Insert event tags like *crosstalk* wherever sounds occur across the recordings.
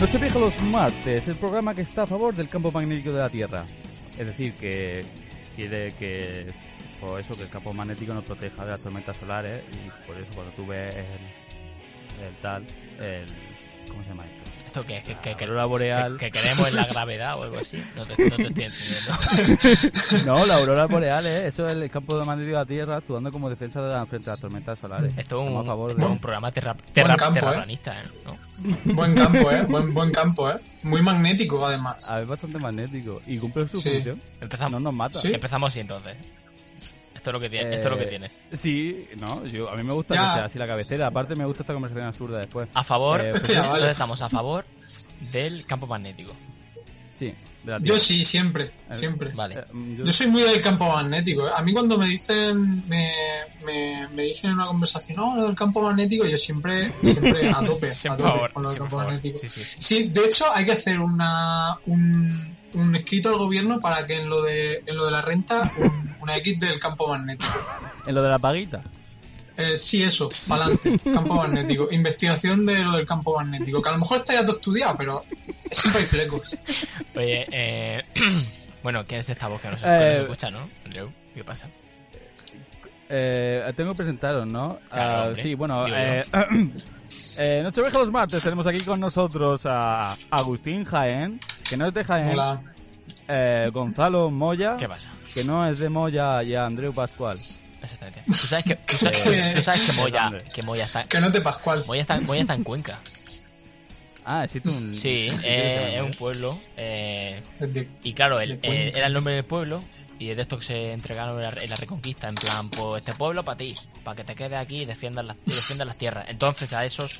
Noche Vieja los martes, el programa que está a favor del campo magnético de la Tierra. Es decir, que quiere que por eso que el campo magnético nos proteja de las tormentas solares y por eso cuando tú ves el, el tal, el ¿cómo se llama esto? ¿Esto qué es? ¿Que, que, que, aurora boreal. *laughs* que queremos en la gravedad o algo así? No te, no te estoy entendiendo. No, la aurora boreal, ¿eh? eso es el campo magnético de la Tierra actuando como defensa de la, frente a las tormentas solares. Esto es Estamos un, a favor esto es de- un programa terra, terra, campo, ¿eh? terraplanista, ¿eh? ¿No? Buen campo, ¿eh? Buen, buen campo, ¿eh? Muy magnético, además. A ver, Ah, bastante magnético y cumple su Sí. función. Empezamos, No nos mata. Sí. empezamos así entonces. Esto es lo que tienes. Esto es lo que Eh, tienes. Sí, no, yo, a mí me gusta Ya. que sea así la cabecera. Aparte, me gusta esta conversación absurda después. A favor, eh, Esto entonces ya vale. estamos a favor del campo magnético. Sí, de la Yo Tierra. sí, siempre, Eh, siempre. Vale. Eh, mm, yo- Yo soy muy del campo magnético. ¿eh? A mí cuando me dicen, me, me, me dicen en una conversación, no, lo del campo magnético, yo siempre, *laughs* siempre a tope, a Siempre a tope favor, con lo del siempre a campo favor. magnético. Sí, sí. Sí, de hecho hay que hacer una, un, un escrito al gobierno para que en lo de, en lo de la renta un- una X del campo magnético. En lo de la paguita. Eh, sí, eso, pa'lante, campo magnético. Investigación de lo del campo magnético, que a lo mejor está ya todo estudiado, pero siempre hay flecos. Oye, eh, *clears throat* bueno, ¿quién es esta voz que no se, Eh, que no se escucha, no? Andreu, ¿qué pasa? Eh, tengo que presentaros, ¿no? Claro, Ah, hombre. sí, bueno, Digo eh, *clears throat* eh, Nochevieja los martes tenemos aquí con nosotros a Agustín Jaén, que no es de Jaén, Hola. eh, Gonzalo Moya, ¿Qué pasa? que no es de Moya, y a Andreu Pascual. *laughs* Exactamente. Tú sabes que, tú sabes, *laughs* Eh, tú sabes que Moya, grande. que Moya está, Que no te Pascual. Moya está, Moya está en Cuenca. Ah, existe un... Sí, *laughs* ¿qué quieres eh, que es me un pueblo. eh, Desde- y claro, el- De Cuenca. el- era el nombre del pueblo. Y es de estos que se entregaron en la, en la Reconquista. En plan, pues este pueblo para ti. Para que te quedes aquí y defiendas las, y defiendas las tierras. Entonces a esos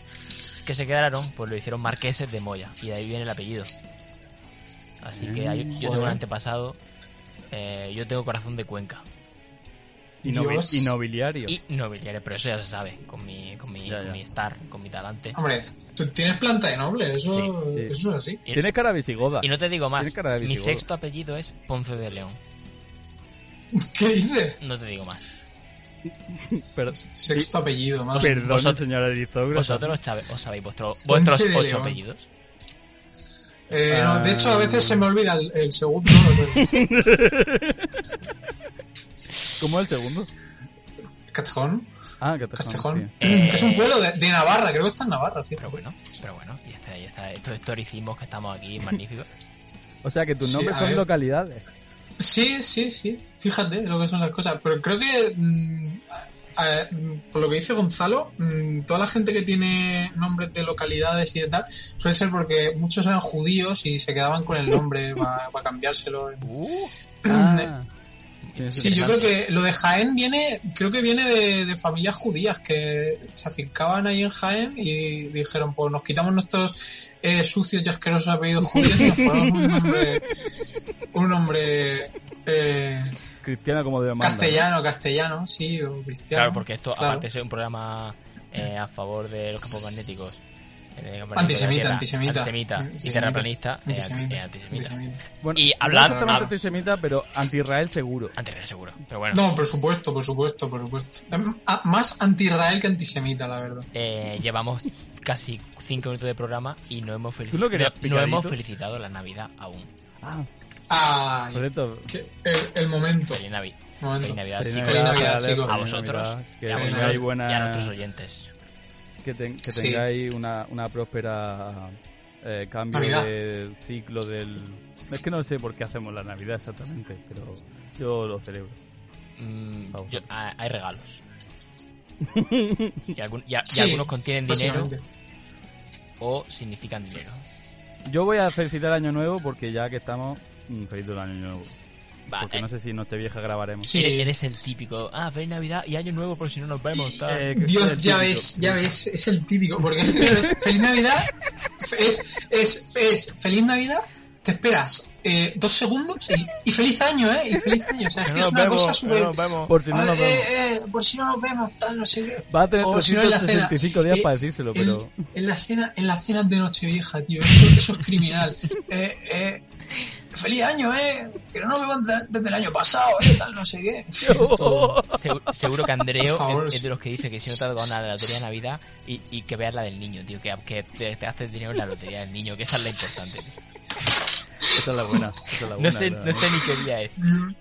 que se quedaron, pues lo hicieron marqueses de Moya. Y de ahí viene el apellido. Así que hay- yo tengo un Joder. antepasado. eh, yo tengo corazón de Cuenca. Y, novi- Dios. y nobiliario. Y nobiliario, pero eso ya se sabe. Con mi, con mi, Ya, con ya. Ah, mi star, con mi talante. Hombre, tú tienes planta de noble, eso, Sí, sí. eso es así. *laughs* Y- Tienes cara visigoda. Y no te digo más. Tiene cara de Mi visigodo. sexto apellido es Ponce de León. ¿Qué dices? No te digo más. Per- Sexto apellido, más. Perdón, vosotros- señora aristócrata. Vosotros sabe- os sabéis vuestro- vuestros Ponce de ocho León. apellidos. Eh, no, de hecho, a veces se me olvida el, el segundo. *laughs* ¿Cómo es el segundo? Castejón. Ah, que te Castejón. Eh, Que es un pueblo de, de Navarra, creo que está en Navarra, sí. Pero bueno, pero bueno, ya está, ya está. Estos historicismos que estamos aquí, *laughs* magníficos. O sea que tus Sí, nombres a son ver. *clears throat* localidades. Sí, sí, sí. Fíjate lo que son las cosas. Pero creo que, mm, a- a- mm, por lo que dice Gonzalo, mm, toda la gente que tiene nombres de localidades y de tal, suele ser porque muchos eran judíos y se quedaban con el nombre para cambiárselo. Uh, Ah, Sí, yo creo que lo de Jaén viene, creo que viene de, de familias judías que se afincaban ahí en Jaén y dijeron, pues nos quitamos nuestros eh, sucios y asquerosos apellidos judíos y nos ponemos un nombre, un nombre eh, Cristiano como de manda. castellano, castellano, sí, o cristiano. claro, porque esto, claro. aparte de ser un programa eh, a favor de los campos magnéticos. eh, de los campos magnéticos de la Antisemita, Tierra, antisemita. antisemita y Antisemita. terraplanista, eh, Antisemita. eh, antisemita. Bueno, Y no hablar- exactamente hab- antisemita, pero anti-Israel seguro. Antisemita seguro, pero bueno. No, por supuesto, por supuesto, por supuesto. Em, a- Más anti-israel que antisemita, la verdad. Eh, llevamos casi 5 minutos de programa y no hemos, felici- ¿Tú lo querías no- no hemos picadito? felicitado la Navidad aún. Ah, Ay, correcto. que- el, el momento. Feliz, Navi- momento. feliz Navidad, Feliz chicos. Navidad, Navidad, chicos. feliz A vosotros, Navidad, que Y a tengáis Feliz vosotros Navidad. buena- y a nuestros oyentes. que, ten- que Sí. tengáis una, una próspera eh, cambio Navidad. de ciclo del... Es que no sé por qué hacemos la Navidad exactamente, pero yo lo celebro. Mm, Vamos. yo- ah, *laughs* hay regalos. y, algún- y a- y Sí, algunos contienen dinero Básicamente. o significan dinero. Yo voy a felicitar Año Nuevo porque ya que estamos... mm, Feliz del Año Nuevo. Va, Porque eh, no sé si Noche Vieja grabaremos. Sí. eres, eres el típico. Ah, feliz Navidad y Año Nuevo por si no nos vemos. tal. Eh, que- Dios, el ya típico. ves, ya ves, es el típico, porque *laughs* es, es Feliz Navidad, es, es, es Feliz Navidad, te esperas eh, dos segundos y, y feliz año, ¿eh? Y feliz año, o sea, es Que que no nos es una cosa vemos, que súper... no nos vemos. Por si no Ah, nos eh, vemos. eh, por si no nos vemos, tal, no sé eh, qué. Va a tener O si no en la cena. 365 días Eh, para decírselo, En, pero... en la cena, en *laughs* las cenas de Nochevieja, tío, eso, eso es criminal. Eh, eh, feliz año, ¿eh? que no veo desde, desde el año pasado, ¿eh? Tal, no sé qué. Esto- *laughs* Segu- Seguro que Andreo Por favor, es, es sí. de los que dice que si no te ha tocado una lotería de Navidad y, y que veas la del niño, tío, que, que te, te haces dinero en la lotería del niño, que esa es la importante. Esa es la buena. Esa es la buena *laughs* No sé, la- no sé ni qué día es. Mm,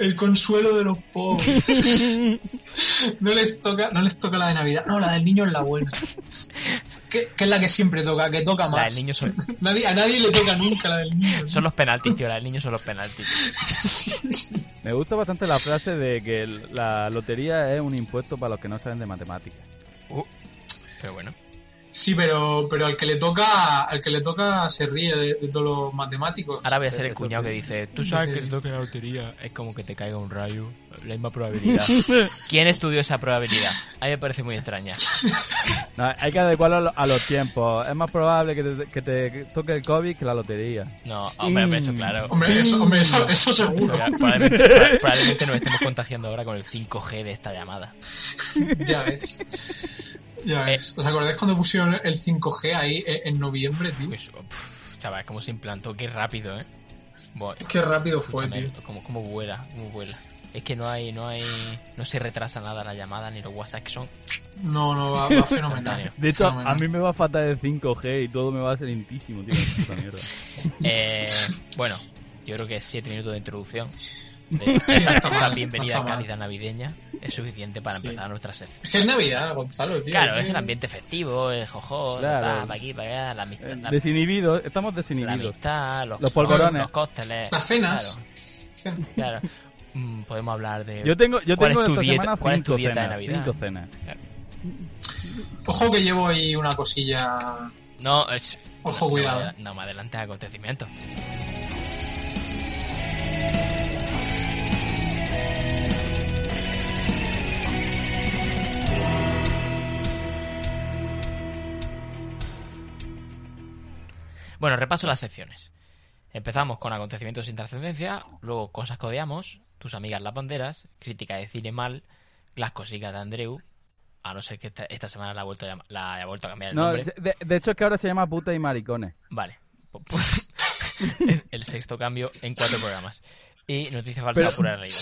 El consuelo de los pobres. *laughs* No les toca, no les toca la de Navidad. No, la del niño es la buena. Que, que es la que siempre toca, que toca La del más. niño son, Nadie, a nadie le toca nunca la del niño. son los penaltis, tío, la del niño son los penaltis. Sí, sí. Me gusta bastante la frase de que el- la lotería es un impuesto para los que no saben de matemáticas. Pero bueno. Sí, pero, pero al que le toca, al que le toca se ríe de, de todos los matemáticos. Ahora voy a ser el Eso cuñado sí. que dice, tú sabes que toque la lotería es como que te caiga un rayo, la misma probabilidad. ¿Quién estudió esa probabilidad? A mí me parece muy extraña. No, hay que adecuarlo a, lo- a los tiempos. Es más probable que te, que te toque el COVID que la lotería. No, hombre, hombre, eso Mm. claro. Hombre, eso, hombre, eso, eso seguro. Eso, claro, probablemente, probablemente nos estemos contagiando ahora con el 5G de esta llamada. Ya ves. Ya Eh. ves. ¿Os acordáis cuando pusieron el 5G ahí e- en noviembre, tío? Pues, pff, chaval, cómo se implantó, qué rápido, ¿eh? Bueno, Qué rápido fue, escúchame, tío. Cómo, cómo vuela, cómo vuela. Es que no hay, no hay, no se retrasa nada la llamada ni los WhatsApp que son. No, no, va, va *laughs* fenomenal. De hecho, Fenomenal. a mí me va a faltar el 5G y todo me va a ser lentísimo, tío. Puta *laughs* mierda. *laughs* Eh, bueno, yo creo que 7 minutos de introducción. Sí, no está Una mal, bienvenida no está mal. cálida navideña es suficiente para Sí. empezar nuestra sección. Es que es Navidad, Gonzalo, tío. Claro, es que- el ambiente festivo, el jojo, Claro. para aquí, para allá, la amistad, Eh, la, Desinhibidos, estamos la desinhibidos. amistad, los, Los polvorones. los cócteles, Las cenas. Claro, claro. Mm, podemos hablar de. Yo tengo, yo ¿Cuál tengo es tu esta dieta- semana cuál es tu cinco dieta de cenas. Navidad? cinco cenas. Ojo que llevo ahí una cosilla. No, es- Ojo, no, cuidado. eh. No, me adelantes a acontecimientos. Bueno, repaso las secciones. Empezamos con acontecimientos sin trascendencia, luego cosas que odiamos, tus amigas las banderas, crítica de cine mal, las cositas de Andreu, a no ser que esta, esta semana la ha vuelto a, llam- la haya vuelto a cambiar el No, nombre. se- de, de hecho es que ahora se llama puta y maricones. Vale. Po- po- *laughs* es el sexto cambio en cuatro programas. Y noticia falsa Pero- pura realidad.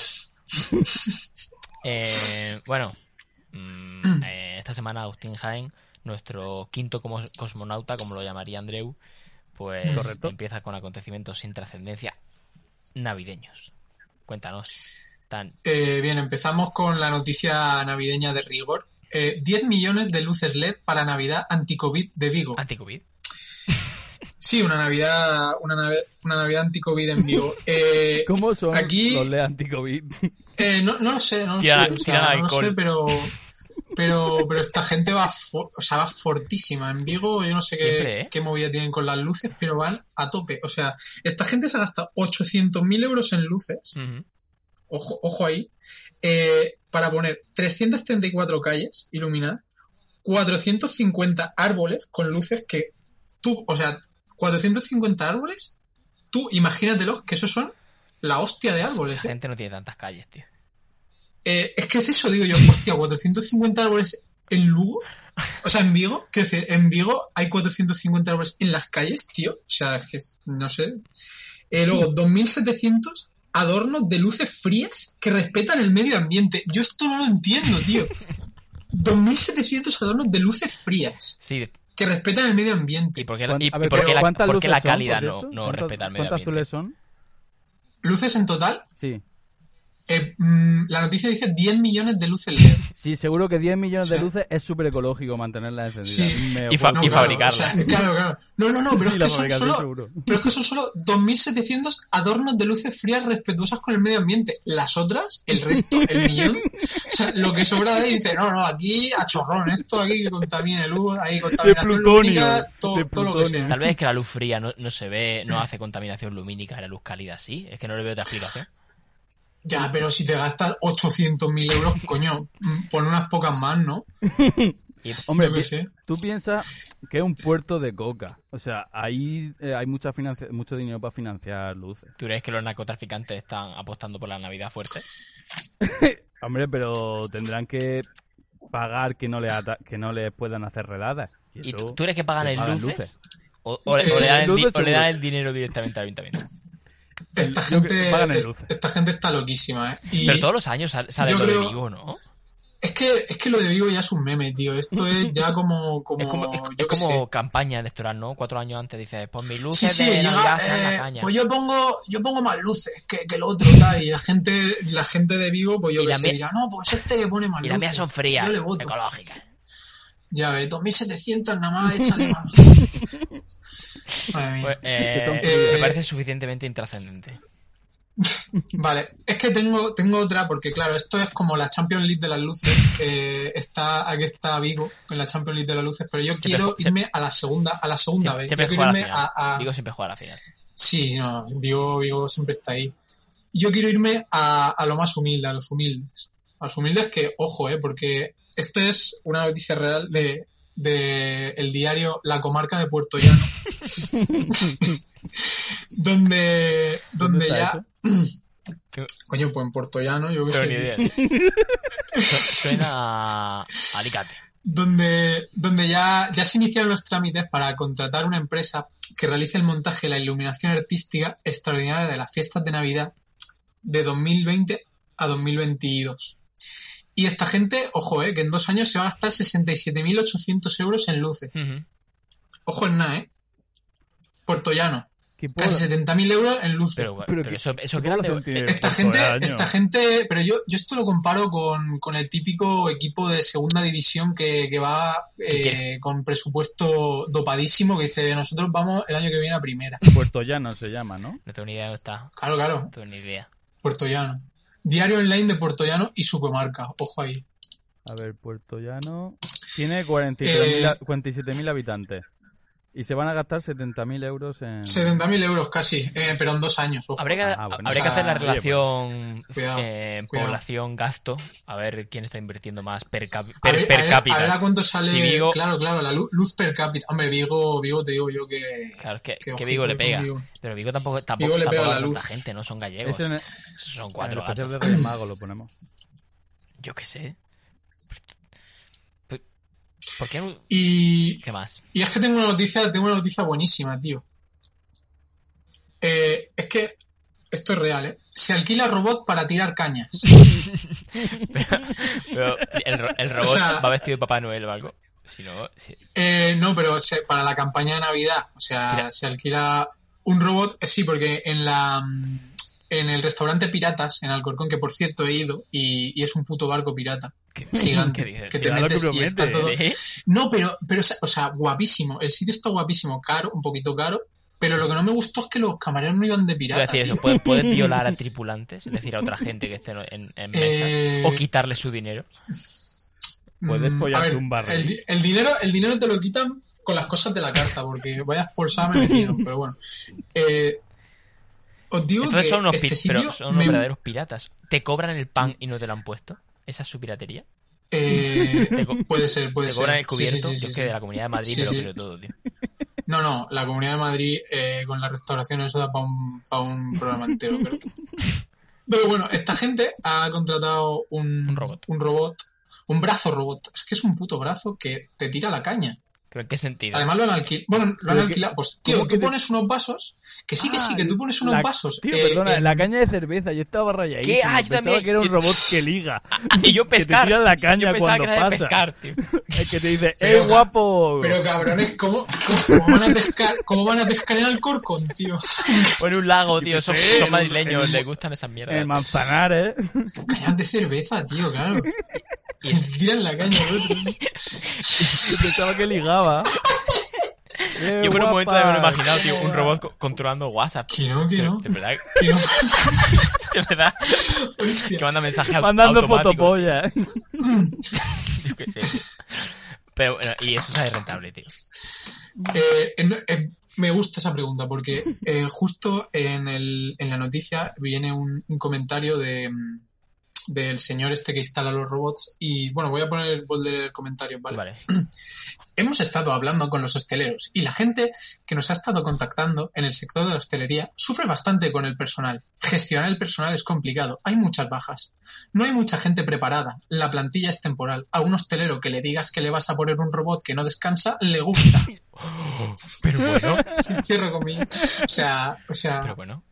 Eh, bueno, mm, eh, esta semana Agustín Jaén, nuestro quinto como cosmonauta, como lo llamaría Andreu, pues Correcto. empieza con acontecimientos sin trascendencia navideños. Cuéntanos. Tan... Eh, bien, empezamos con la noticia navideña de rigor. Eh, 10 millones de luces LED para Navidad anti-COVID de Oh. Vigo. Anticovid. Sí, una Navidad, una, nave- una Navidad anti-COVID *laughs* en Vigo. Eh, ¿Cómo son Aquí- los de anti-COVID? eh, no, no lo sé, no lo Tira- sé. o sea, tira no lo alcohol. sé, pero, pero, pero esta gente va, fo- o sea, va fortísima. En Vigo, yo no sé Siempre, qué, ¿eh? qué movida tienen con las luces, pero van a tope. O sea, esta gente se ha gastado 800.000 euros en luces. Ujú. ojo, ojo ahí, eh, para poner 334 calles iluminadas, 450 árboles con luces que tú, o sea, 450 árboles, tú imagínatelos que esos son la hostia de La árboles. ¿eh? Pues gente no tiene tantas calles, tío. Eh, es que es eso, digo yo, hostia, 450 árboles en Lugo, o sea, en Vigo, quiero decir, en Vigo hay 450 árboles en las calles, tío, o sea, es que es- no sé. Eh, luego, 2.700 adornos de luces frías que respetan el medio ambiente. Yo esto no lo entiendo, tío. 2.700 adornos de luces frías Sí, que respetan el medio ambiente. ¿y por qué, la- Cuán- y- a y ver, por qué pero la, ¿cuántas por qué luces la son, por calidad cierto? no, no ¿Cuántas- respeta el medio ¿Cuántas ambiente? azules son? Luces en total, Sí. eh, mm, la noticia dice 10 millones de luces LED. Sí, seguro que 10 millones de Sí. luces es súper ecológico mantenerlas encendidas. Sí. Me Y juego. fa- y claro, fabricarlas. o sea, claro, claro. No, no, no, *laughs* pero Sí, la es que son fabricación solo, seguro. Pero es que son solo 2.700 adornos de luces frías respetuosas con el medio ambiente. Las otras, el resto, el millón, o sea, lo que sobra de ahí dice, no, no, aquí a chorrón, esto aquí que contamina luz, ahí contaminación De plutonio, lumínica, todo, de todo lo que plutonio. sea. Tal vez es que la luz fría no, no se ve, no hace contaminación lumínica y la luz cálida, sí. Es que no le veo otra explicación. Ya, pero si te gastas 800.000 euros, coño, mm, pon unas pocas más, ¿no? Y Hombre, Yo qué sé. Tú piensas que es un puerto de coca. O sea, ahí eh, hay mucha financi- mucho dinero para financiar luces. tú crees que los narcotraficantes están apostando por la Navidad fuerte. Hombre, pero tendrán que pagar que no le ata- que no les puedan hacer redadas. Y ¿Y eso- tú, tú crees que pagan que en pagan luces? luces. O, o le- o le dan Eh, el di- luces o le dan seguro. el dinero directamente al ayuntamiento. Esta Yo creo que gente, pagan en es- luces. esta gente está loquísima, ¿eh? Y Pero todos los años sal- sale yo lo creo- de Vigo, ¿no? es, que, es que lo de Vigo ya es un meme, tío. Esto es ya como... como, Es como, es- yo es qué como sé. campaña electoral, ¿no? Cuatro años antes dices, pon mis Sí, luces sí, de llega, Navidad, serán la eh, caña. pues yo pongo, yo pongo más luces que, que el otro, tal, y la gente, la gente de Vigo, pues yo Y que la sé, mía- dirá, no, pues este que pone más y las luces. mías son frías, Yo le voto. Eh, ecológicas. Ya ves, 2700 nada más, *laughs* échale más. Madre mía. Pues, eh, Que son frías. me parece suficientemente intrascendente. Vale, es que tengo, tengo otra, porque claro, esto es como la Champions League de las luces. eh, está, aquí está Vigo en la Champions League de las luces, pero yo Siempre quiero ju- irme a la segunda, a la segunda Siempre, vez. siempre yo quiero juega a la irme final. a, a- Digo siempre juega a la final. Sí, no, Vigo, Vigo siempre está ahí. Yo quiero irme a, a lo más humilde, a los humildes. A los humildes que, ojo, eh, porque esta es una noticia real de, de el diario La Comarca de Puerto Llano. donde, donde está ya. *clears throat* Coño, pues en Puerto Llano, yo qué Pero sé. ni *laughs* idea. Su- Suena a Alicante. donde, donde ya, ya se iniciaron los trámites para contratar una empresa que realice el montaje y la iluminación artística extraordinaria de las fiestas de Navidad de 2020 a 2022. Y esta gente, ojo, eh, que en dos años se va a gastar 67.800 euros en luces. Ujú. Ojo en nada, ¿eh? Puertollano, ¿Qué puedo- casi 70.000 euros en luces. Pero, bueno, Pero pero que- eso, eso que que puedo eran de- sentir- eh, Esta Por gente, año. esta gente, pero yo, yo esto lo comparo con, con el típico equipo de segunda división que, que va eh, con presupuesto dopadísimo, que dice, nosotros vamos el año que viene a primera. Puerto Llano se llama, ¿no? No tengo ni idea de dónde está. Claro, claro, No tengo ni idea. Puertollano. Diario online de Puertollano y su comarca, ojo ahí. A ver, Puerto Llano tiene 43.000 Eh, ha- 47.000 habitantes y se van a gastar 70.000 euros en... 70.000 euros casi, eh, pero en dos años, ojo. Habría que, Ah, bueno. habría que hacer la Ah, oye, relación cuidado, eh, cuidado. población-gasto, a ver quién está invirtiendo más per, capi- A per- ver- per a ver- cápita. a ver a cuánto sale, Si Vigo- claro, claro, la lu- luz per cápita. Hombre, Vigo, Vigo te digo yo que... Claro, es que, que que ojito Vigo le con pega. Vigo. Pero Vigo tampoco, tampoco, Vigo le tampoco pega la hay tanta luz. gente, no son gallegos. Eso en el, Son en el cuatro especial gatos. de Reyes Magos lo ponemos. Yo qué sé. Pues- ¿Por qué? Y, ¿Qué más? Y es que tengo una noticia, tengo una noticia buenísima, tío. Eh, es que esto es real, ¿eh? Se alquila robot para *laughs* tirar cañas. Pero el, ro- el robot O sea- va vestido de Papá Noel o algo. Si no, si- Eh, no, pero se- para la campaña de Navidad. O sea, Mira. se alquila un robot. eh, sí, porque en la mm, en el restaurante Piratas, en Alcorcón, que por cierto he ido, y, y es un puto barco pirata. ¿qué- Gigante, ¿qué dices? que te Cuidado metes que y está promete, todo... ¿Eh? No, pero, pero, o sea, guapísimo. El sitio está guapísimo, caro, un poquito caro. Pero lo que no me gustó es que los camareros no iban de Iba a pirata. decir eso, tío. puedes, *laughs* puedes violar a tripulantes, es decir, a otra gente que esté en, en mesa, Eh, o quitarle su dinero. Puedes Mm, follarte a ver, un barril. El, di- el dinero, el dinero te lo quitan con las cosas de la carta, porque vaya expulsada me metieron, pero bueno. Eh, os digo Entonces que son unos, este pi- sitio pero son unos me- verdaderos piratas. Te cobran el pan y no te lo han puesto. Esa es su piratería. eh, *laughs* Te, co- puede ser, puede te ser. cobran el Sí, sí, cubierto. sí, sí, Yo es sí. que de la comunidad de Madrid Sí, me lo sí. creo todo, tío. No, no, la Comunidad de Madrid eh, con la restauración eso da para un, pa' un programa entero. Pero... pero bueno, esta gente ha contratado un, Un robot. un robot, un brazo robot. Es que es un puto brazo que te tira la caña. ¿Pero en qué sentido? Además lo han alquilado. Bueno, lo han Pero que- alquilado. Pues tío, ¿cómo que tú te- pones unos vasos. Que sí, que sí, que Ah, tú pones unos la- vasos. Tío, eh, perdona, eh, la caña de cerveza, yo estaba rayadísimo. ¿Qué? Ah, yo Pensaba también. que era un Yo- robot que liga. Ah, y *laughs* yo que te pescar. tiran la caña yo pensaba cuando que era de pasa. pescar, tío. El que te dice, *laughs* Pero- ¡eh, guapo! Pero cabrones, ¿cómo, cómo, cómo van a pescar, ¿cómo van a pescar en Alcorcón, tío? O en un lago, tío. qué Son, sé, son en- madrileños, en- les gustan esas En el mierdas. manzanar, ¿eh? Cañas de cerveza, tío, claro. Y te tiran la caña, *laughs* otro. Yo pensaba que *laughs* ligaba. Eh, Yo por un momento me lo he guapa. imaginado, tío, *laughs* un robot co- controlando WhatsApp. Que no, que no. De verdad, *laughs* Que no. de verdad. Hostia. Que manda mensajes au- Mandando automáticos. fotopollas. *laughs* *laughs* Yo qué sé. Pero, bueno, y eso sale rentable, tío. Eh, en- eh, me gusta esa pregunta porque eh, justo en, el, en la noticia viene un, un comentario de, mm, del señor este que instala los robots y bueno, voy a poner el bol del comentario, ¿vale? Vale. Hemos estado hablando con los hosteleros y la gente que nos ha estado contactando en el sector de la hostelería sufre bastante con el personal. Gestionar el personal es complicado, hay muchas bajas. No hay mucha gente preparada, la plantilla es temporal. A un hostelero que le digas que le vas a poner un robot que no descansa, *laughs* le gusta. Pero bueno, Cierro comillas. O sea, o sea, pero bueno.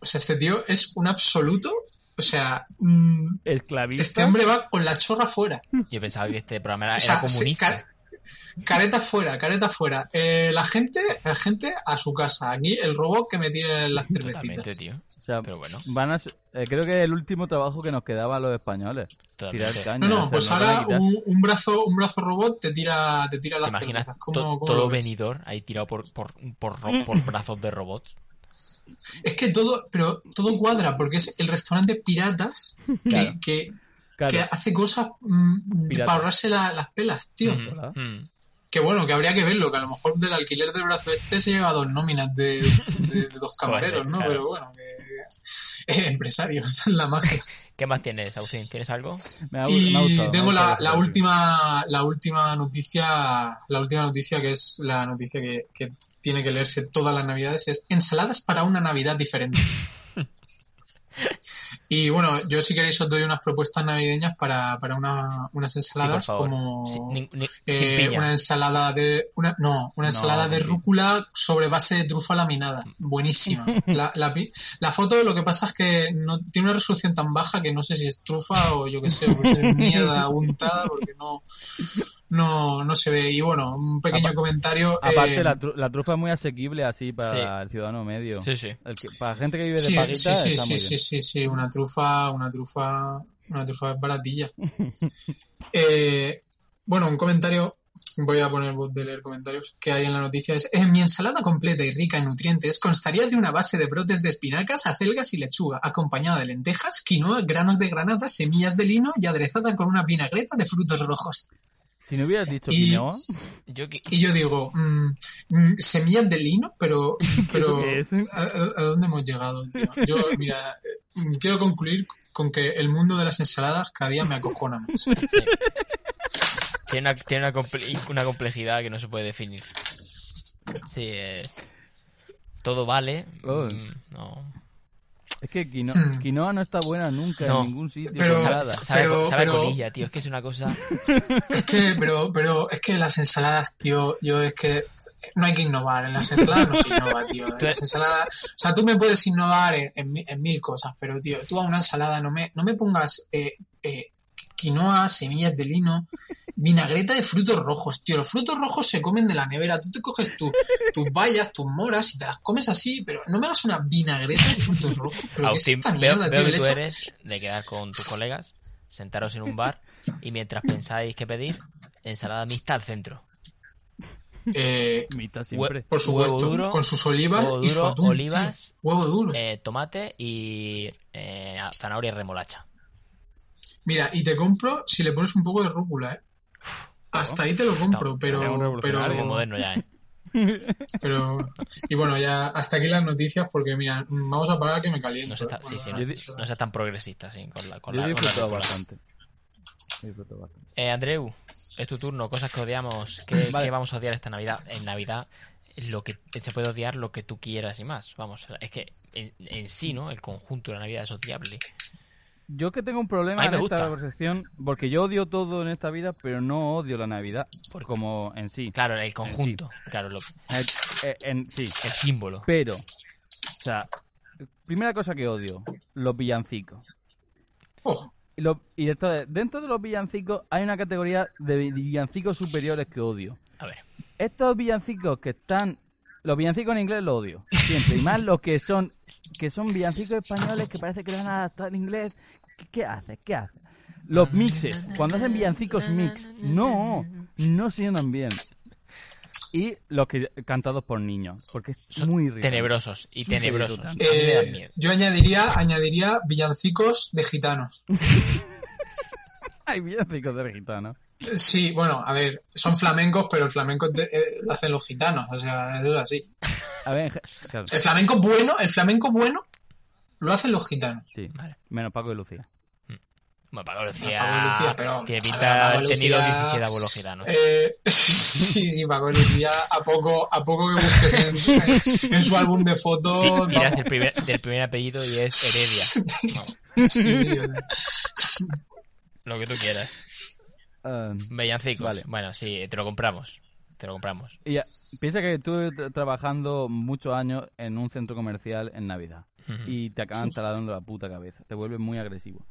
O sea, este tío es un absoluto. O sea, mm, Esclavista. este hombre va con la chorra fuera. Yo pensaba que este programa era, O sea, era comunista. sí, ca- careta fuera, careta fuera. Eh, la gente, la gente a su casa. Aquí el robot que me tire las cervecitas. Totalmente, tío. O sea, Pero bueno, van a, eh, creo que es el último trabajo que nos quedaba a los españoles. Tirar totalmente. caña. No, o no, sea, pues van a ahora quitar. un, un brazo, un brazo robot te tira, te tira ¿Te las imaginas cervezas. to- ¿Cómo- cómo lo todo ves? Mm. venidor ahí tirado por, por, por, ro- por brazos de robots? Es que todo, pero todo cuadra, porque es el restaurante piratas que, Claro. que, Claro, que hace cosas mm, Piratas. para ahorrarse la- las pelas, tío. Mm, ¿verdad? mm. Que bueno, que habría que verlo, que a lo mejor del alquiler del brazo este se lleva dos nóminas de, de- de *laughs* dos camareros, ¿no? claro. Pero bueno, que, eh, *laughs* empresarios, la magia. ¿Qué más tienes, Agustín? ¿Tienes algo? me ha, gu- me ha Y gustado, me ha tengo la, gustado la bastante. última la última noticia, la última noticia que es la noticia que, que tiene que leerse todas las navidades es ensaladas para una Navidad *laughs* diferente. Y bueno, yo si queréis os doy unas propuestas navideñas para, para una- unas ensaladas favor. como Sin, ni- ni- sin Oh, eh, piña. una ensalada de una no, No, una ensalada de sí. rúcula sobre base de trufa laminada. *laughs* Buenísima. La, la, pi- la foto lo que pasa es que no tiene una resolución tan baja que no sé si es trufa o yo qué sé, o *laughs* es mierda untada porque no no no se ve y bueno, un pequeño Apa- comentario Aparte, eh, la, tru- la trufa es muy asequible así para el ciudadano medio. Sí, sí. El que- para gente que vive de sí, paguita sí, sí, está sí, muy sí, bien. sí, sí, una trufa, una trufa, una trufa *laughs* baratilla. Eh, bueno, un comentario, voy a poner voz de leer comentarios que hay en la noticia es en mi ensalada completa y rica en nutrientes constaría de una base de brotes de espinacas, acelgas y lechuga, acompañada de lentejas, quinoa, granos de granada, semillas de lino y aderezada con una vinagreta de frutos rojos. Si no hubieras dicho Y- *laughs* quinoa, Yo que- Y yo digo, mm, mm, semillas de lino, pero, *laughs* pero ¿Eso qué es? ¿a, a- a dónde hemos llegado? tío? Yo, mira, eh, mm, quiero concluir con que el mundo de las ensaladas cada día me acojona más. tiene una, tiene una, comple- una complejidad que no se puede definir. Sí, eh, todo vale. Oh. Mm, No. es que quino- Hmm. quinoa no está buena nunca No. en ningún sitio. Pero- en Sabe, nada. sabe- pero- sabe a pero- colilla, tío. Es que es una cosa. Es que, pero, pero es que las ensaladas, tío, yo es que no hay que innovar. En las ensaladas no se innova, tío. En las ensaladas, o sea, tú me puedes innovar en, en mi- en mil cosas, pero, tío, tú a una ensalada no me, no me pongas eh, eh, quinoa, semillas de lino, vinagreta de frutos rojos, tío. Los frutos rojos se comen de la nevera. Tú te coges tu- tus bayas, tus moras y te las comes así, pero no me hagas una vinagreta de frutos rojos. Pero ¿qué es Agustín, esta veo, mierda, veo tío? que Le tú echas- eres de quedar con tus colegas, sentaros en un bar y mientras pensáis qué pedir, ensalada mixta al centro. Eh, Mitad siempre. por supuesto, Huevo duro, con sus olivas huevo y su duro, atún. tío. olivas, Huevo duro. eh, tomate y eh, zanahoria y remolacha. Mira, y te compro si le pones un poco de rúcula, ¿eh? Hasta ahí te lo compro, No, era un pero, revolucionario. Algo pero, moderno ya, ¿eh? pero- Y bueno, ya hasta aquí las noticias porque, mira, mm, vamos a parar que me caliento. No seas tan, ¿eh? sí, sí, Bueno, no- yo di- no seas tan progresista sí, con la, con Yo la- he con la disfrutado rúcula. bastante. He disfrutado bastante. Eh, Andreu, es tu turno, cosas que odiamos. ¿Qué, Vale. qué vamos a odiar esta Navidad? En Navidad lo que se puede odiar lo que tú quieras y más. Vamos, es que en, en sí, ¿no? El conjunto de la Navidad es odiable. Yo que tengo un A problema mí en me esta gusta. conversación, porque yo odio todo en esta vida, pero no odio la Navidad por como en sí. Claro, el conjunto, claro, lo- Eh, eh, en sí. el símbolo. Pero, o sea, primera cosa que odio, los villancicos. ojo, Y, lo- y esto es, dentro de los villancicos hay una categoría de villancicos superiores que odio. A ver, Estos villancicos que están... Los villancicos en inglés los odio, siempre. Y más los que son que son villancicos españoles que parece que lo van a adaptar en inglés. ¿Qué, qué haces? ¿Qué haces? Los mixes. Cuando hacen villancicos mix, no, no suenan bien. Y los que cantados por niños, porque es son muy rico. tenebrosos y Súper tenebrosos. A mí irritante. me dan eh, miedo. yo añadiría, añadiría villancicos de gitanos. Hay villancicos de gitanos. Sí, bueno, a ver, son flamencos, pero el flamenco te- eh, lo hacen los gitanos, o sea, eso es así. A ver, en ge- claro, El flamenco bueno, el flamenco bueno, lo hacen los gitanos. sí. Vale. Menos Paco y Lucía. Bueno, Pablo Lucía, Pablo Lucía, pero- tiene pinta pero de haber Pablo tenido Lucía- 17 abuelos gitanos. Eh, *laughs* sí, sí, Paco Lucía, a poco, a poco que busques en, en su álbum de fotos. Tiras el primer- del primer apellido y es *laughs* Heredia. Vamos, Sí, sí, lo que tú quieras. Um, Villancicos. Vale. Bueno, sí, te lo compramos. te lo compramos. Y ya, piensa que estuve tra- trabajando muchos años en un centro comercial en Navidad Ujú. y te acaban taladrando la puta cabeza, te vuelves muy agresivo.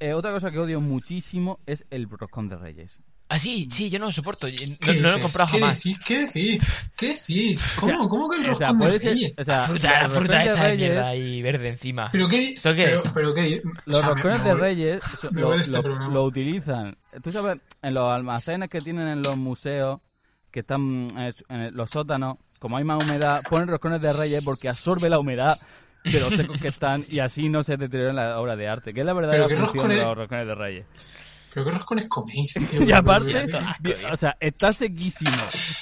Eh, otra cosa que odio muchísimo es el roscón de Reyes. Ah, sí, sí, yo no lo soporto. yo- ¿Qué No, no lo dices? he comprado ¿Qué jamás. Decís? ¿Qué decís? ¿Qué decís? ¿Cómo, ¿Cómo que el O sea, roscón de puede ser- Reyes? o sea, Fruta, la los fruta roscones de esa de Reyes- mierda y verde encima. ¿Pero qué? ¿Esto qué Pero, es? pero qué o Los sea, me- roscones me de voy- Reyes so- me lo, voy de este lo- programa. lo utilizan. Tú sabes, en los almacenes que tienen en los museos, que están eh, en el- los sótanos, como hay más humedad, ponen roscones de Reyes porque absorbe la humedad de los secos que están y así no se deteriora la obra de arte, que es la verdadera qué función de roscones- los roscones de Reyes. ¿Pero qué roscones coméis, *laughs* tío? *laughs* Y aparte, qué asco, di- tío. o sea, está sequísimo.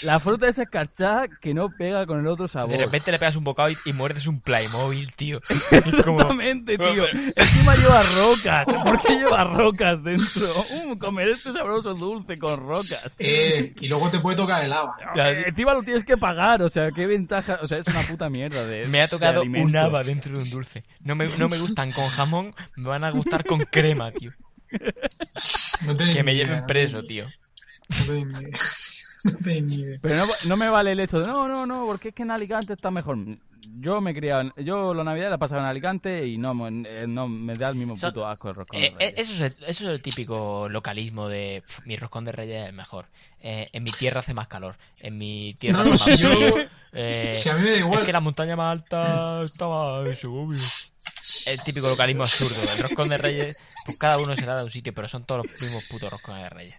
La fruta es escarchada que no pega con el otro sabor. De repente le pegas un bocado y, y muerdes un Playmobil, *laughs* tío. *laughs* Como, *laughs* Exactamente, tío. Encima lleva rocas. ¿Por qué lleva rocas dentro? Mm, comer este sabroso dulce con rocas. Eh, y luego te puede tocar el agua. Eh, Encima lo tienes que pagar, o sea, qué ventaja. O sea, es una puta mierda de. me ha de tocado un alimento. haba dentro de un dulce. No me, no me gustan con jamón, me van a gustar con crema, tío. No tenéis Que me ni idea, lleven no preso, tenéis- tío. No tenéis ni idea. *laughs* No tenéis ni idea. Pero no, no me vale el hecho de no, no, no, porque es que en Alicante está mejor. Yo me he criado, en- yo la Navidad la pasaba en Alicante y no, me- eh, no me da el mismo Son- puto asco el roscón. Eh, de eh, Reyes. eso, es el, eso es el típico localismo de "Pf, mi roscón de reyes es el mejor. Eh, en mi tierra hace más calor. En mi tierra No, hace más si yo- frío. Eh, Si a mí me da es igual. que la montaña más alta estaba eso, obvio. El típico localismo absurdo. El roscón de reyes, pues cada uno será de un sitio, pero son todos los mismos putos roscones de reyes.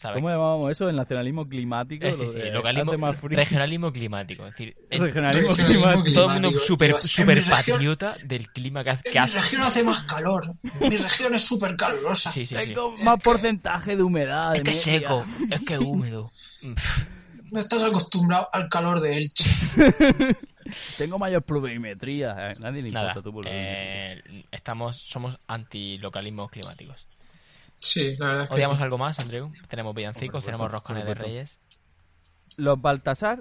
¿Sabes? ¿Cómo llamamos eso? El nacionalismo climático. Eh, sí, Lo sí, de localismo, hace más frío. regionalismo climático. Es decir, *laughs* en- Regionalismo Regionalismo climático. todo el mundo climático, super, tío, es que super en mi región- patriota del clima que hace. que En mi hace. región hace más calor. Mi región es súper calurosa. Sí, sí, sí. Tengo más porcentaje de humedad. Es de que es media. seco, es que *laughs* es húmedo. No estás acostumbrado al calor de Elche. Tengo mayor pluviometría. Eh, nadie le importa Nada, tu pluviometría. eh, estamos, somos antilocalismos climáticos. Sí, la verdad es que. ¿Odiamos sí. algo más, Andreu? Tenemos villancicos, Por tenemos supuesto, roscones de por supuesto. reyes. Los Baltasar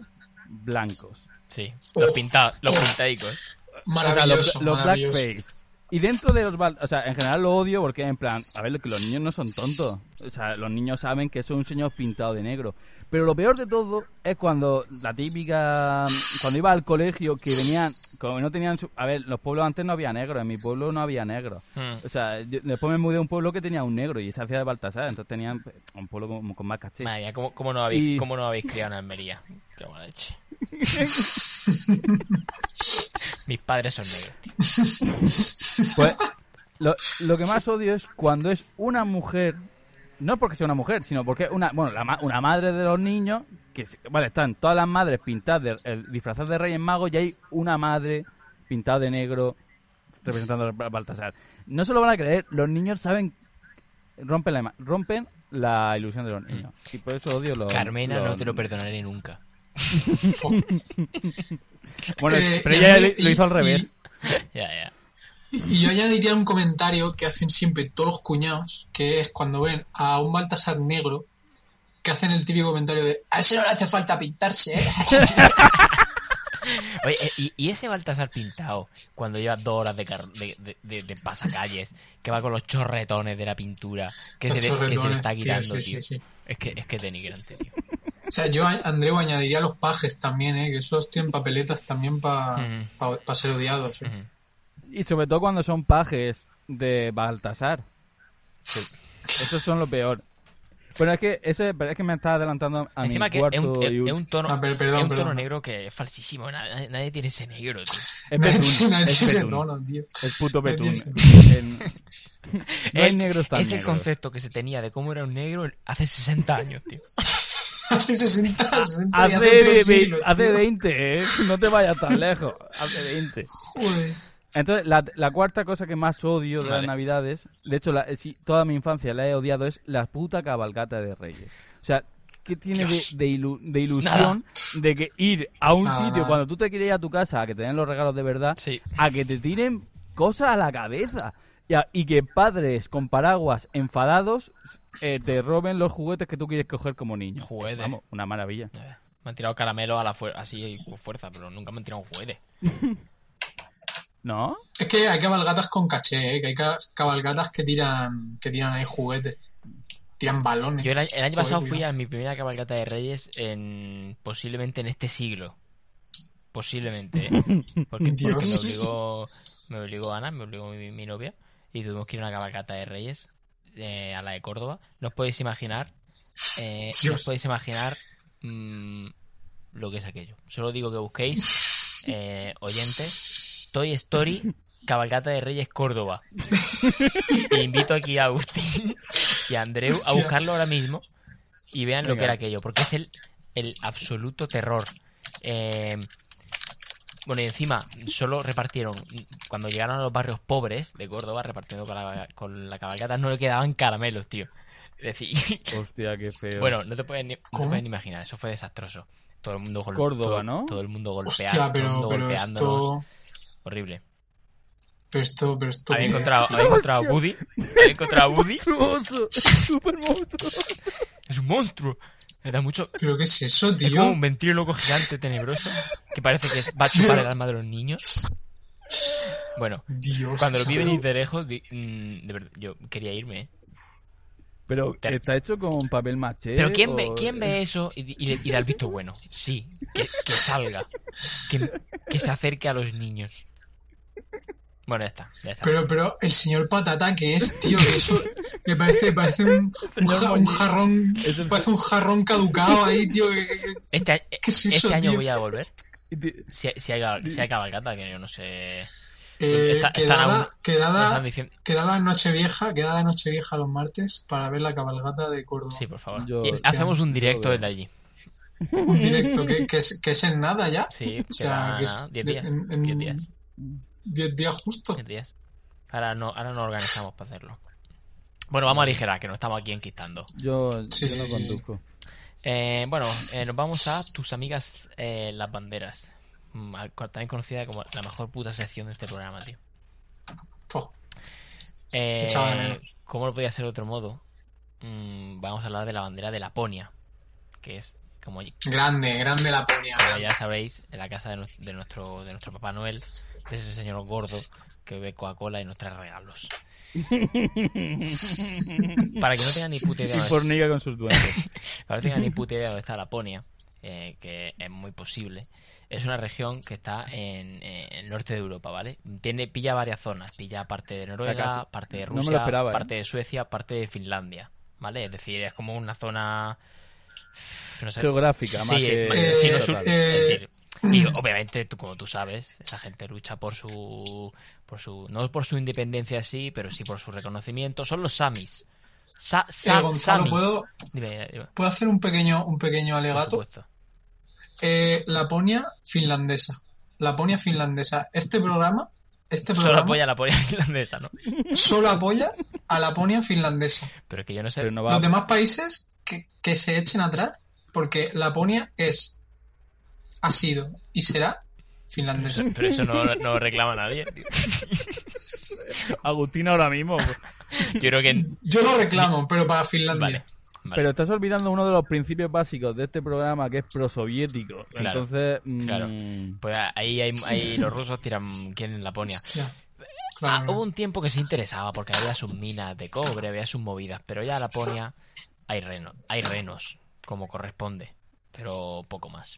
blancos. Sí, Oh. los pintados, los pintaicos. O sea, los, Maravilloso. los maravilloso. Eh, blackface. Y dentro de los Baltasar, o sea, en general lo odio porque en plan, a ver, que los niños no son tontos. O sea, los niños saben que son un señor pintado de negro. Pero lo peor de todo es cuando la típica, cuando iba al colegio que venían, como no tenían, su- a ver, los pueblos antes no había negro, en mi pueblo no había negro. Mm. O sea, yo- después me mudé a un pueblo que tenía un negro y se hacía de Baltasar, entonces tenían pues, un pueblo con, con más caché. Madre mía, ¿cómo, cómo no Y- habéis, cómo no habéis criado en Almería? Qué mala leche. *laughs* Mis padres son negros, tío. Pues lo, lo que más odio es cuando es una mujer, no porque sea una mujer, sino porque es una, bueno, la ma- una madre de los niños, que se- vale, están todas las madres pintadas, de, eh, disfrazadas de Reyes Magos y hay una madre pintada de negro representando a Ba- Baltasar. No se lo van a creer, los niños saben rompen la, ima- rompen la ilusión de los niños. Y por eso odio los Mm. Carmena, los- no te lo perdonaré nunca. Bueno, Eh, pero y ella a mí- lo- lo hizo al y- revés. Ya, ya. Y yo añadiría un comentario que hacen siempre todos los cuñados, que es cuando ven a un Baltasar negro, que hacen el típico comentario de a ese no le hace falta pintarse, *laughs* ¿eh?". Oye, eh, y, y ese Baltasar pintado, cuando lleva dos horas de, car- de, de- de- de pasacalles, que va con los chorretones de la pintura, que, se, Los le- que se le chorretones, está tío, quitando, sí, sí, tío. sí. Es que es que es denigrante, tío. O sea, yo, a- Andreu, añadiría los pajes también, ¿eh? que esos tienen papeletas también para Mm. Ah. Ujú. ser odiados. ¿eh? *laughs* Ujú. Y sobre todo cuando son pajes de Baltasar. Esos son lo peor. Bueno, es que ese, pero es que me está adelantando a Encima mi que es cuarto un, es- y es un- un tono, Ah, pero- es perdón, un tono perdón. negro que es falsísimo. Nadie, nadie tiene ese negro, tío. es Nadie petún, nadie es se petún, dona, tío. *laughs* es puto Nadie petún. *laughs* En- No hay El- negros tan es el negros. concepto que se tenía de cómo era un negro hace 60 años, tío. Hace 60, 60 y Hace, hace tres ve- siglos, hace tío. 20, ¿eh? No te vayas tan lejos. Hace 20. Joder. Entonces, la, la cuarta cosa que más odio de Vale. las Navidades, de hecho, la- sí, toda mi infancia la he odiado, es la puta cabalgata de Reyes. O sea, ¿qué tiene de, Dios. de ilu- de ilusión de que ir a un Nada, sitio nada. cuando tú te quieres ir a tu casa a que te den los regalos de verdad, Sí. a que te tiren cosas a la cabeza? Y, a- y que padres con paraguas enfadados eh, te roben los juguetes que tú quieres coger como niño. Juguetes. Vamos, una maravilla. Me han tirado caramelos a la fuer- así con fuerza, pero nunca me han tirado un juguete. *laughs* ¿No? Es que hay cabalgatas con caché, ¿eh? que hay ca- cabalgatas que tiran, que tiran ahí juguetes. Tiran balones. Yo el, año- el año pasado Joder, fui cuidado. a mi primera cabalgata de Reyes en posiblemente en este siglo. Posiblemente. ¿eh? Porque, porque me Dios. obligó me obligó Ana, me obligó mi, mi novia y tuvimos que ir a una cabalgata de Reyes eh, a la de Córdoba. No os podéis imaginar eh, no os Dios. podéis imaginar mm, lo que es aquello. Solo digo que busquéis eh, oyentes Toy Story Cabalgata de Reyes *laughs* Córdoba. E invito aquí a Agustín y a Andreu a buscarlo ahora mismo y vean lo Venga. que era aquello, porque es el, el absoluto terror. Eh, bueno, y encima, solo repartieron, cuando llegaron a los barrios pobres de Córdoba, repartiendo con la, con la cabalgata, no le quedaban caramelos, tío. *laughs* Es decir, Hostia, qué feo. *laughs* bueno, no te puedes ni, no te ¿Cómo? puedes ni imaginar, eso fue desastroso. Todo el mundo gol- Córdoba, todo- ¿no? Todo el mundo golpeando, Hostia, todo el pero, mundo pero golpeándonos. esto. Horrible. Pero esto. Pero esto. Había encontrado, había encontrado a Woody. Había encontrado a Woody. monstruoso, super monstruoso. Es un monstruo. Me da mucho, ¿Pero qué es eso, Es como tío? un ventríloco gigante tenebroso que parece que va a chupar el alma de los niños. Bueno, Dios. cuando lo vi chaval. venir de lejos, di- mm, de verdad, yo quería irme. ¿eh? Pero Te- está hecho con papel maché. Pero ¿quién ve, o- quién ve eso y, y le- y da el visto bueno? Sí, que, que salga, que, que se acerque a los niños. Bueno, ya está, ya está. Pero, pero el señor patata que es, tío, que eso me parece, *laughs* parece un, un, ja- un jarrón, Es el- parece un jarrón caducado ahí, tío. que- que- que- Este, a- ¿Qué es este eso, año tío? voy a volver. Di- Si, hay- si, hay, gal- si hay cabalgata, que yo no sé. Eh, Está- están aún- me están quedada, quedada, diciendo- quedada Nochevieja, quedada Nochevieja los martes para ver la cabalgata de Córdoba. Sí, por favor. Yo- Y hacemos un yo directo veo. desde allí. *laughs* Un directo que, que, es, que es en nada ya. Sí, *laughs* O sea, quedan que es nada, 10 de- días. en- en- 10 días. 10 días justo. 10 días. Ahora no, ahora no organizamos para hacerlo. Bueno, vamos a aligerar, que no estamos aquí enquistando. Yo, Sí, yo no sí, sí. *laughs* conduzco. Eh, bueno, eh, nos vamos a tus amigas eh, las banderas. Mm, a- También conocida como la mejor puta sección de este programa, tío. Po. Eh, Echaba de menos. ¿Cómo lo podía ser de otro modo? Mm, vamos a hablar de la bandera de Laponia, que es, como Grande, grande la ponia. Como ya sabréis, en la casa de, nu- de nuestro de nuestro Papá Noel, de ese señor gordo que bebe Coca-Cola y nos trae regalos. Para que no tengan ni puta idea, Y *laughs* dónde- forniga con sus duendes. para que no tengan ni puta idea dónde está Laponia, eh, que es muy posible, es una región que está en, eh, en el norte de Europa, ¿vale? Tiene pilla varias zonas, pilla parte de Noruega, Fracaso. parte de No me lo Rusia, esperaba, ¿eh? parte de Suecia, parte de Finlandia, ¿vale? Es decir, es como una zona no sé, Geográfica, más Sí, que. eh, sí, no, eh, su- total. eh, es decir, y oh, obviamente, tú, como tú sabes, esa gente lucha por su, por su, no por su independencia sí, pero sí por su reconocimiento. Son los samis. Sa, sa- Eh, Gonzalo, samis. ¿puedo, Dime, dime, por ¿puedo hacer ¿Este un pequeño, un pequeño alegato? supuesto. Eh, Laponia finlandesa. Laponia finlandesa. Este programa, este Solo programa apoya la polla *laughs* finlandesa, ¿no? solo apoya a Laponia finlandesa. Pero es que yo no sé. Pero no va. Los demás países que, que se echen atrás, porque Laponia es, ha sido y será finlandesa. Pero eso no, no lo reclama nadie. tío. Agustín ahora mismo. Yo creo que. *laughs* Yo lo reclamo, pero para Vale. Finlandia. vale. Pero estás olvidando uno de los principios básicos de este programa que es prosoviético. Claro, Entonces. mm, claro. Pues ahí, ahí, ahí los rusos tiran. ¿Quién la ponía? Ya. Ah, Claro. hubo un tiempo que se interesaba porque había sus minas de cobre, había sus movidas, pero ya Laponia hay renos, hay renos, como corresponde, pero poco más.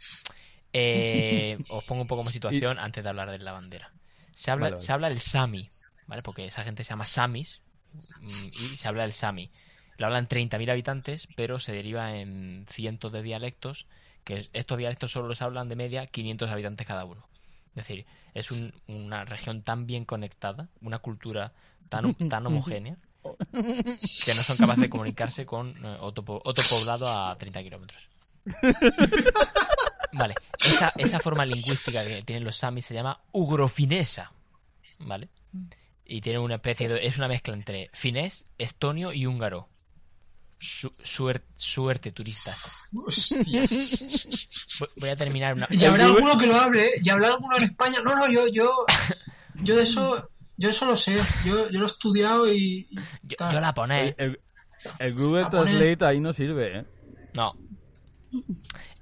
Eh, os pongo un *laughs* poco más situación antes de hablar de la bandera. Se habla, Vale, vale. se habla el Sami, ¿vale? Porque esa gente se llama Samis mm, y se habla el Sami. Lo hablan 30.000 habitantes, pero se deriva en cientos de dialectos, que es- estos dialectos solo los hablan de media 500 habitantes cada uno. Es decir, es un- una región tan bien conectada, una cultura tan, tan homogénea, que no son capaces de comunicarse con eh, otro, po- otro poblado a 30 kilómetros. Vale, esa, esa forma lingüística que tienen los samis se llama ugrofinesa, ¿vale? Y tiene una especie de... es una mezcla entre finés, estonio y húngaro. Su- suer- suerte, turistas. Hostias. Voy- Voy a terminar una... *laughs* Y habrá alguno que lo hable, ¿eh? Y habrá alguno en España. No, no, yo, yo, yo de eso, yo eso lo sé. Yo, yo lo he estudiado y. Yo, yo la ¿eh? ponéis. El, el- el Google A poner- Translate ahí no *laughs* sirve, ¿eh? *laughs* No.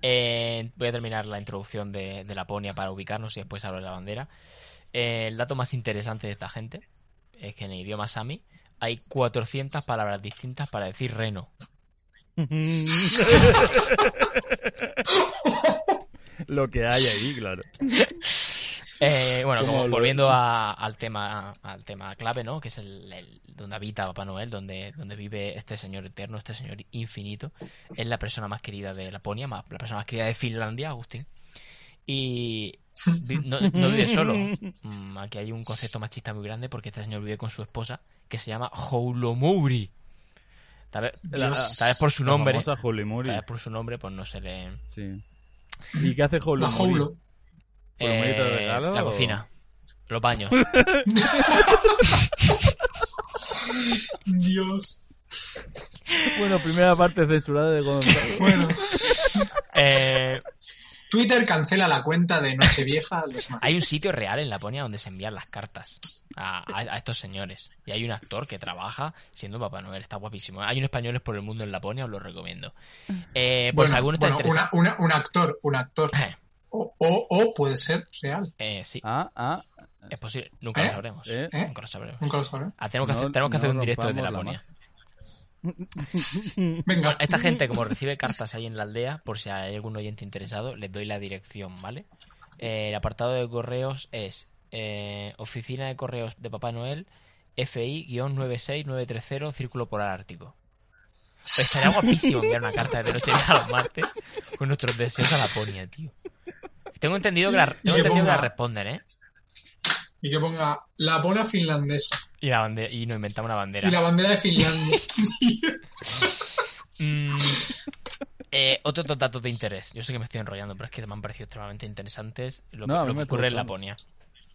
Eh, voy a terminar la introducción de, de Laponia para ubicarnos y después hablar de la bandera. Eh, el dato más interesante de esta gente es que en el idioma sami hay 400 palabras distintas para decir reno. Lo que hay ahí, claro. Eh, bueno, como volviendo a- al tema al tema clave, ¿no? Que es el, el- donde habita Papá Noel, donde donde vive este señor eterno, este señor infinito. Es la persona más querida de Laponia, más- la persona más querida de Finlandia, Agustín. Y vi- no, no vive solo. Mm, Aquí hay un concepto machista muy grande porque este señor vive con su esposa que se llama Houlomouri. Tal vez, La- tal vez por su nombre, La famosa Holy Moly. tal vez por su nombre, pues no se le Sí. ¿Y qué hace Holy La Moly? Joulo. ¿Por un mérito de Eh, regalo la o- cocina, los baños. *laughs* Dios. Bueno, primera parte censurada de Gonzalo. Bueno, Eh, *laughs* Twitter cancela la cuenta de Nochevieja. Los ma- hay un sitio real en Laponia donde se envían las cartas a, a- a estos señores. Y hay un actor que trabaja siendo Papá Noel, está guapísimo. Hay un españoles por el mundo en Laponia, os lo recomiendo. *laughs* Eh, pues Bueno, alguno está bueno, una- interesado. una- un actor, un actor. O, o- o puede ser real. *laughs* Eh, sí, Ah, ah. *laughs* es posible. Nunca ¿Eh? lo sabremos. ¿Eh? ¿Eh? Nunca lo sabremos. Nunca lo sabremos. Ah, tenemos que No- hacer, tenemos que no hacer un directo rompamos de la Laponia. Venga. Bueno, esta *laughs* gente, como recibe cartas ahí en la aldea, por si hay algún oyente interesado, les doy la dirección, ¿vale? Eh, el apartado de correos es eh, Oficina de Correos de Papá Noel, FI-96930, Círculo Polar Ártico. Pues estaría guapísimo enviar una carta de noche a los martes con nuestros deseos a Laponia, tío. Tengo entendido que la, Y tengo que entendido que la ponga- responden, ¿eh? Y que ponga la pona finlandesa. Y, la bande- y nos inventamos una bandera. Y la bandera de Finlandia. Mm, eh, otro dos datos de interés. Yo sé que me estoy enrollando, pero es que me han parecido extremadamente interesantes lo que, No, a mí lo me que ocurre en gustan. Laponia.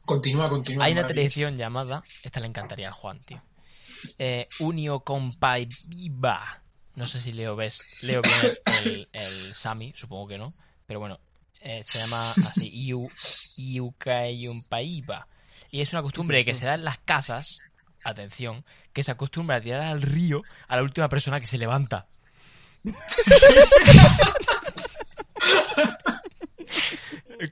continúa, continúa. Hay una maravilloso. televisión llamada, esta le encantaría al Juan, tío. Eh, Unio Compaiba. No sé si leo ves, leo bien el, el Sami, supongo que no, pero bueno, eh, se llama así Iu Iucayumpaiba. Y es una costumbre que se da en las casas, atención, que se acostumbra a tirar al río a la última persona que se levanta.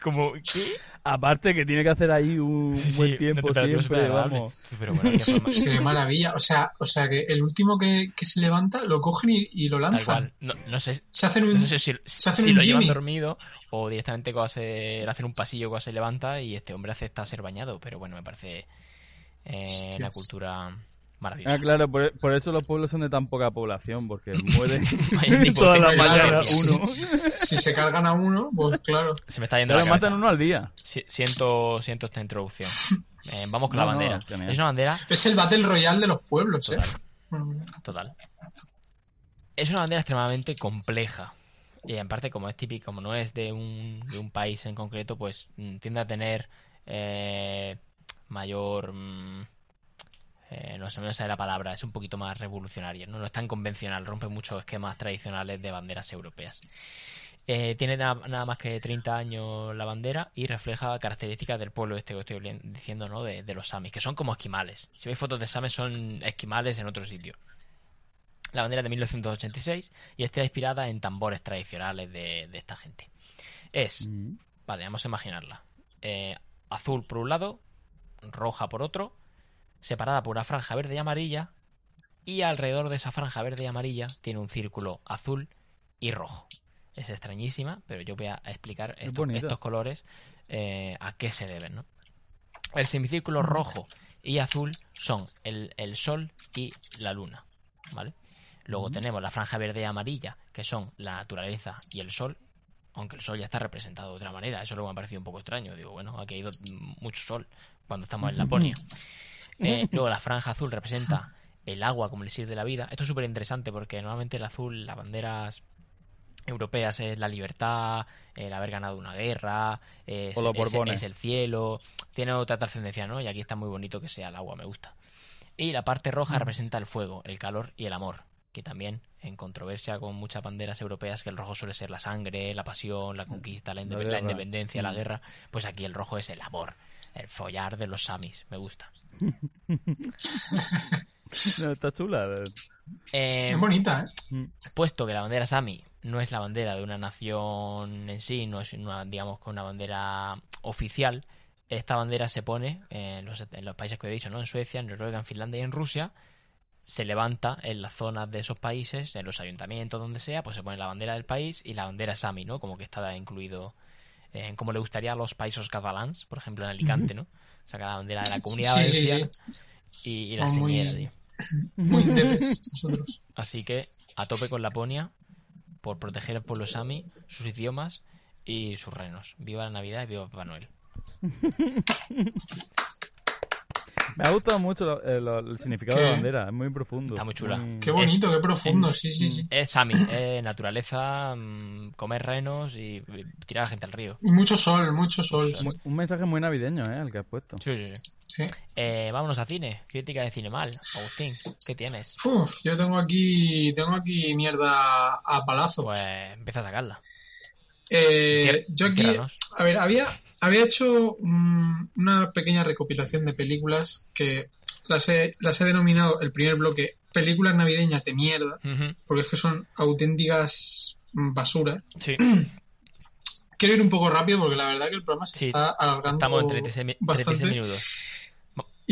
Como, ¿qué? Aparte que tiene que hacer ahí un Sí, sí, buen una tiempo temperatura siempre, superagradable. vamos. Sí, Pero bueno, qué *laughs* forma- Sí, de maravilla. O sea, o sea que el último que, que se levanta lo cogen y, y lo Tal lanzan. cual. No, no sé, Se hacen un. no sé si, se hace si un lo llevan Jimmy. dormido o directamente cuando se, le hacen un pasillo cuando se levanta y este hombre acepta ser bañado. Pero bueno, me parece eh, Hostias. la cultura maravillosa. Ah, claro, por, por eso los pueblos son de tan poca población, *laughs* porque mueren *laughs* Hay todas las hipoteca, mañanas sí. uno. Si se cargan a uno, pues claro. Se me está yendo Pero la matan cabeza. uno al día. Si- Siento, siento esta introducción. *laughs* Eh, vamos con No, la no, bandera. genial. es una bandera Es el Battle Royale de los pueblos, ¿eh? total. Mm. total. Es una bandera extremadamente compleja. Y en parte, como es típico, como no es de un, de un país en concreto, pues mm, tiende a tener eh, mayor. mm, eh, no sé, no sé la palabra, es un poquito más revolucionaria, ¿no? no es tan convencional, rompe muchos esquemas tradicionales de banderas europeas. Eh, tiene na- nada, más que 30 años la bandera y refleja características del pueblo este que estoy hablen- diciendo, ¿no? De, de los samis, que son como esquimales. Si veis fotos de samis, son esquimales en otro sitio la bandera de 1986 y está inspirada en tambores tradicionales de, de esta gente. Es, vale, vamos a imaginarla. eh, azul por un lado, roja por otro, separada por una franja verde y amarilla, y alrededor de esa franja verde y amarilla tiene un círculo azul y rojo. Es extrañísima, pero yo voy a explicar Es estos, bonito. estos colores eh, a qué se deben. ¿no? El semicírculo rojo y azul son el, el sol y la luna. ¿vale? Luego Ujú. tenemos la franja verde y amarilla, que son la naturaleza y el sol, aunque el sol ya está representado de otra manera. Eso luego me ha parecido un poco extraño. Digo, bueno, aquí ha ido mucho sol cuando estamos en Laponia. Eh, luego la franja azul representa el agua como el elixir de la vida. Esto es súper interesante porque normalmente el azul, las banderas europeas es la libertad, el haber ganado una guerra, es, O los es- Borbones. es el cielo, tiene otra trascendencia, ¿no? Y aquí está muy bonito que sea el agua, me gusta. Y la parte Mm. roja representa el fuego, el calor y el amor, que también en controversia con muchas banderas europeas, que el rojo suele ser la sangre, la pasión, la conquista, Mm. La la, independ- la guerra. independencia, la Mm. guerra, pues aquí el rojo es el amor, el follar de los samis, me *laughs* gusta. No, está chula. Eh, Es bonita, ¿eh? Mm. puesto que la bandera Sami no es la bandera de una nación en sí, no es una, digamos, con una bandera oficial, esta bandera se pone eh, en, los, en los países que he dicho, ¿no? En Suecia, en Noruega, en Finlandia y en Rusia, se levanta en las zonas de esos países, en los ayuntamientos, donde sea, pues se pone la bandera del país y la bandera Sami, ¿no? Como que está incluido en como le gustaría a los países catalans, por ejemplo en Alicante, ¿no? O sea, la bandera de la comunidad Sí, sí, valenciana y, y la Ah, muy- señera, tío. Muy indepes *laughs* nosotros. Así que a tope con Laponia por proteger al pueblo Sami, sus idiomas y sus renos. Viva la Navidad y viva Papá Noel. Me ha gustado mucho lo- eh, lo- el significado de la ¿Qué? bandera, es muy profundo. Mm. Está muy chula. Muy- Qué bonito, qué profundo, sí, sí, sí. Es *coughs* Sami, es naturaleza, mm, comer renos y y tirar a la gente al río. Y mucho sol, mucho sol. Mucho muy- un mensaje muy navideño, ¿eh? El que has puesto. Sí, sí, sí. Sí. Eh, vámonos a cine, crítica de Cinemal. Agustín, ¿qué tienes? Uf, yo tengo aquí, tengo aquí mierda a palazos. Pues empieza a sacarla. Tier- Eh, yo aquí, tierranos. a ver, había, había hecho mm, una pequeña recopilación de películas que las he, las he denominado el primer bloque películas navideñas de mierda, Ujú, porque es que son auténticas mm, basuras. *coughs* Sí, Quiero ir un poco rápido porque la verdad que el programa se Sí, está alargando estamos en 36, mi- 36 Oh, bastante. minutos.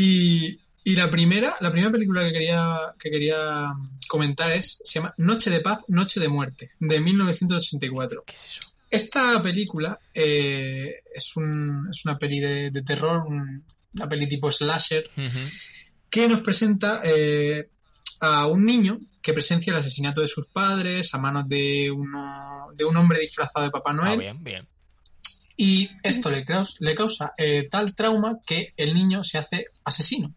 Y, y la primera, la primera película que quería, que quería comentar es, se llama Noche de Paz, Noche de Muerte, de 1984. ¿Qué es eso? Esta película eh, es, un- es una peli de, de terror, un- una peli tipo slasher, Ujú, que nos presenta eh, a un niño que presencia el asesinato de sus padres a manos de, uno, de un hombre disfrazado de Papá Ah, Noel. bien, bien. y esto le, caus- le causa eh, tal trauma que el niño se hace asesino.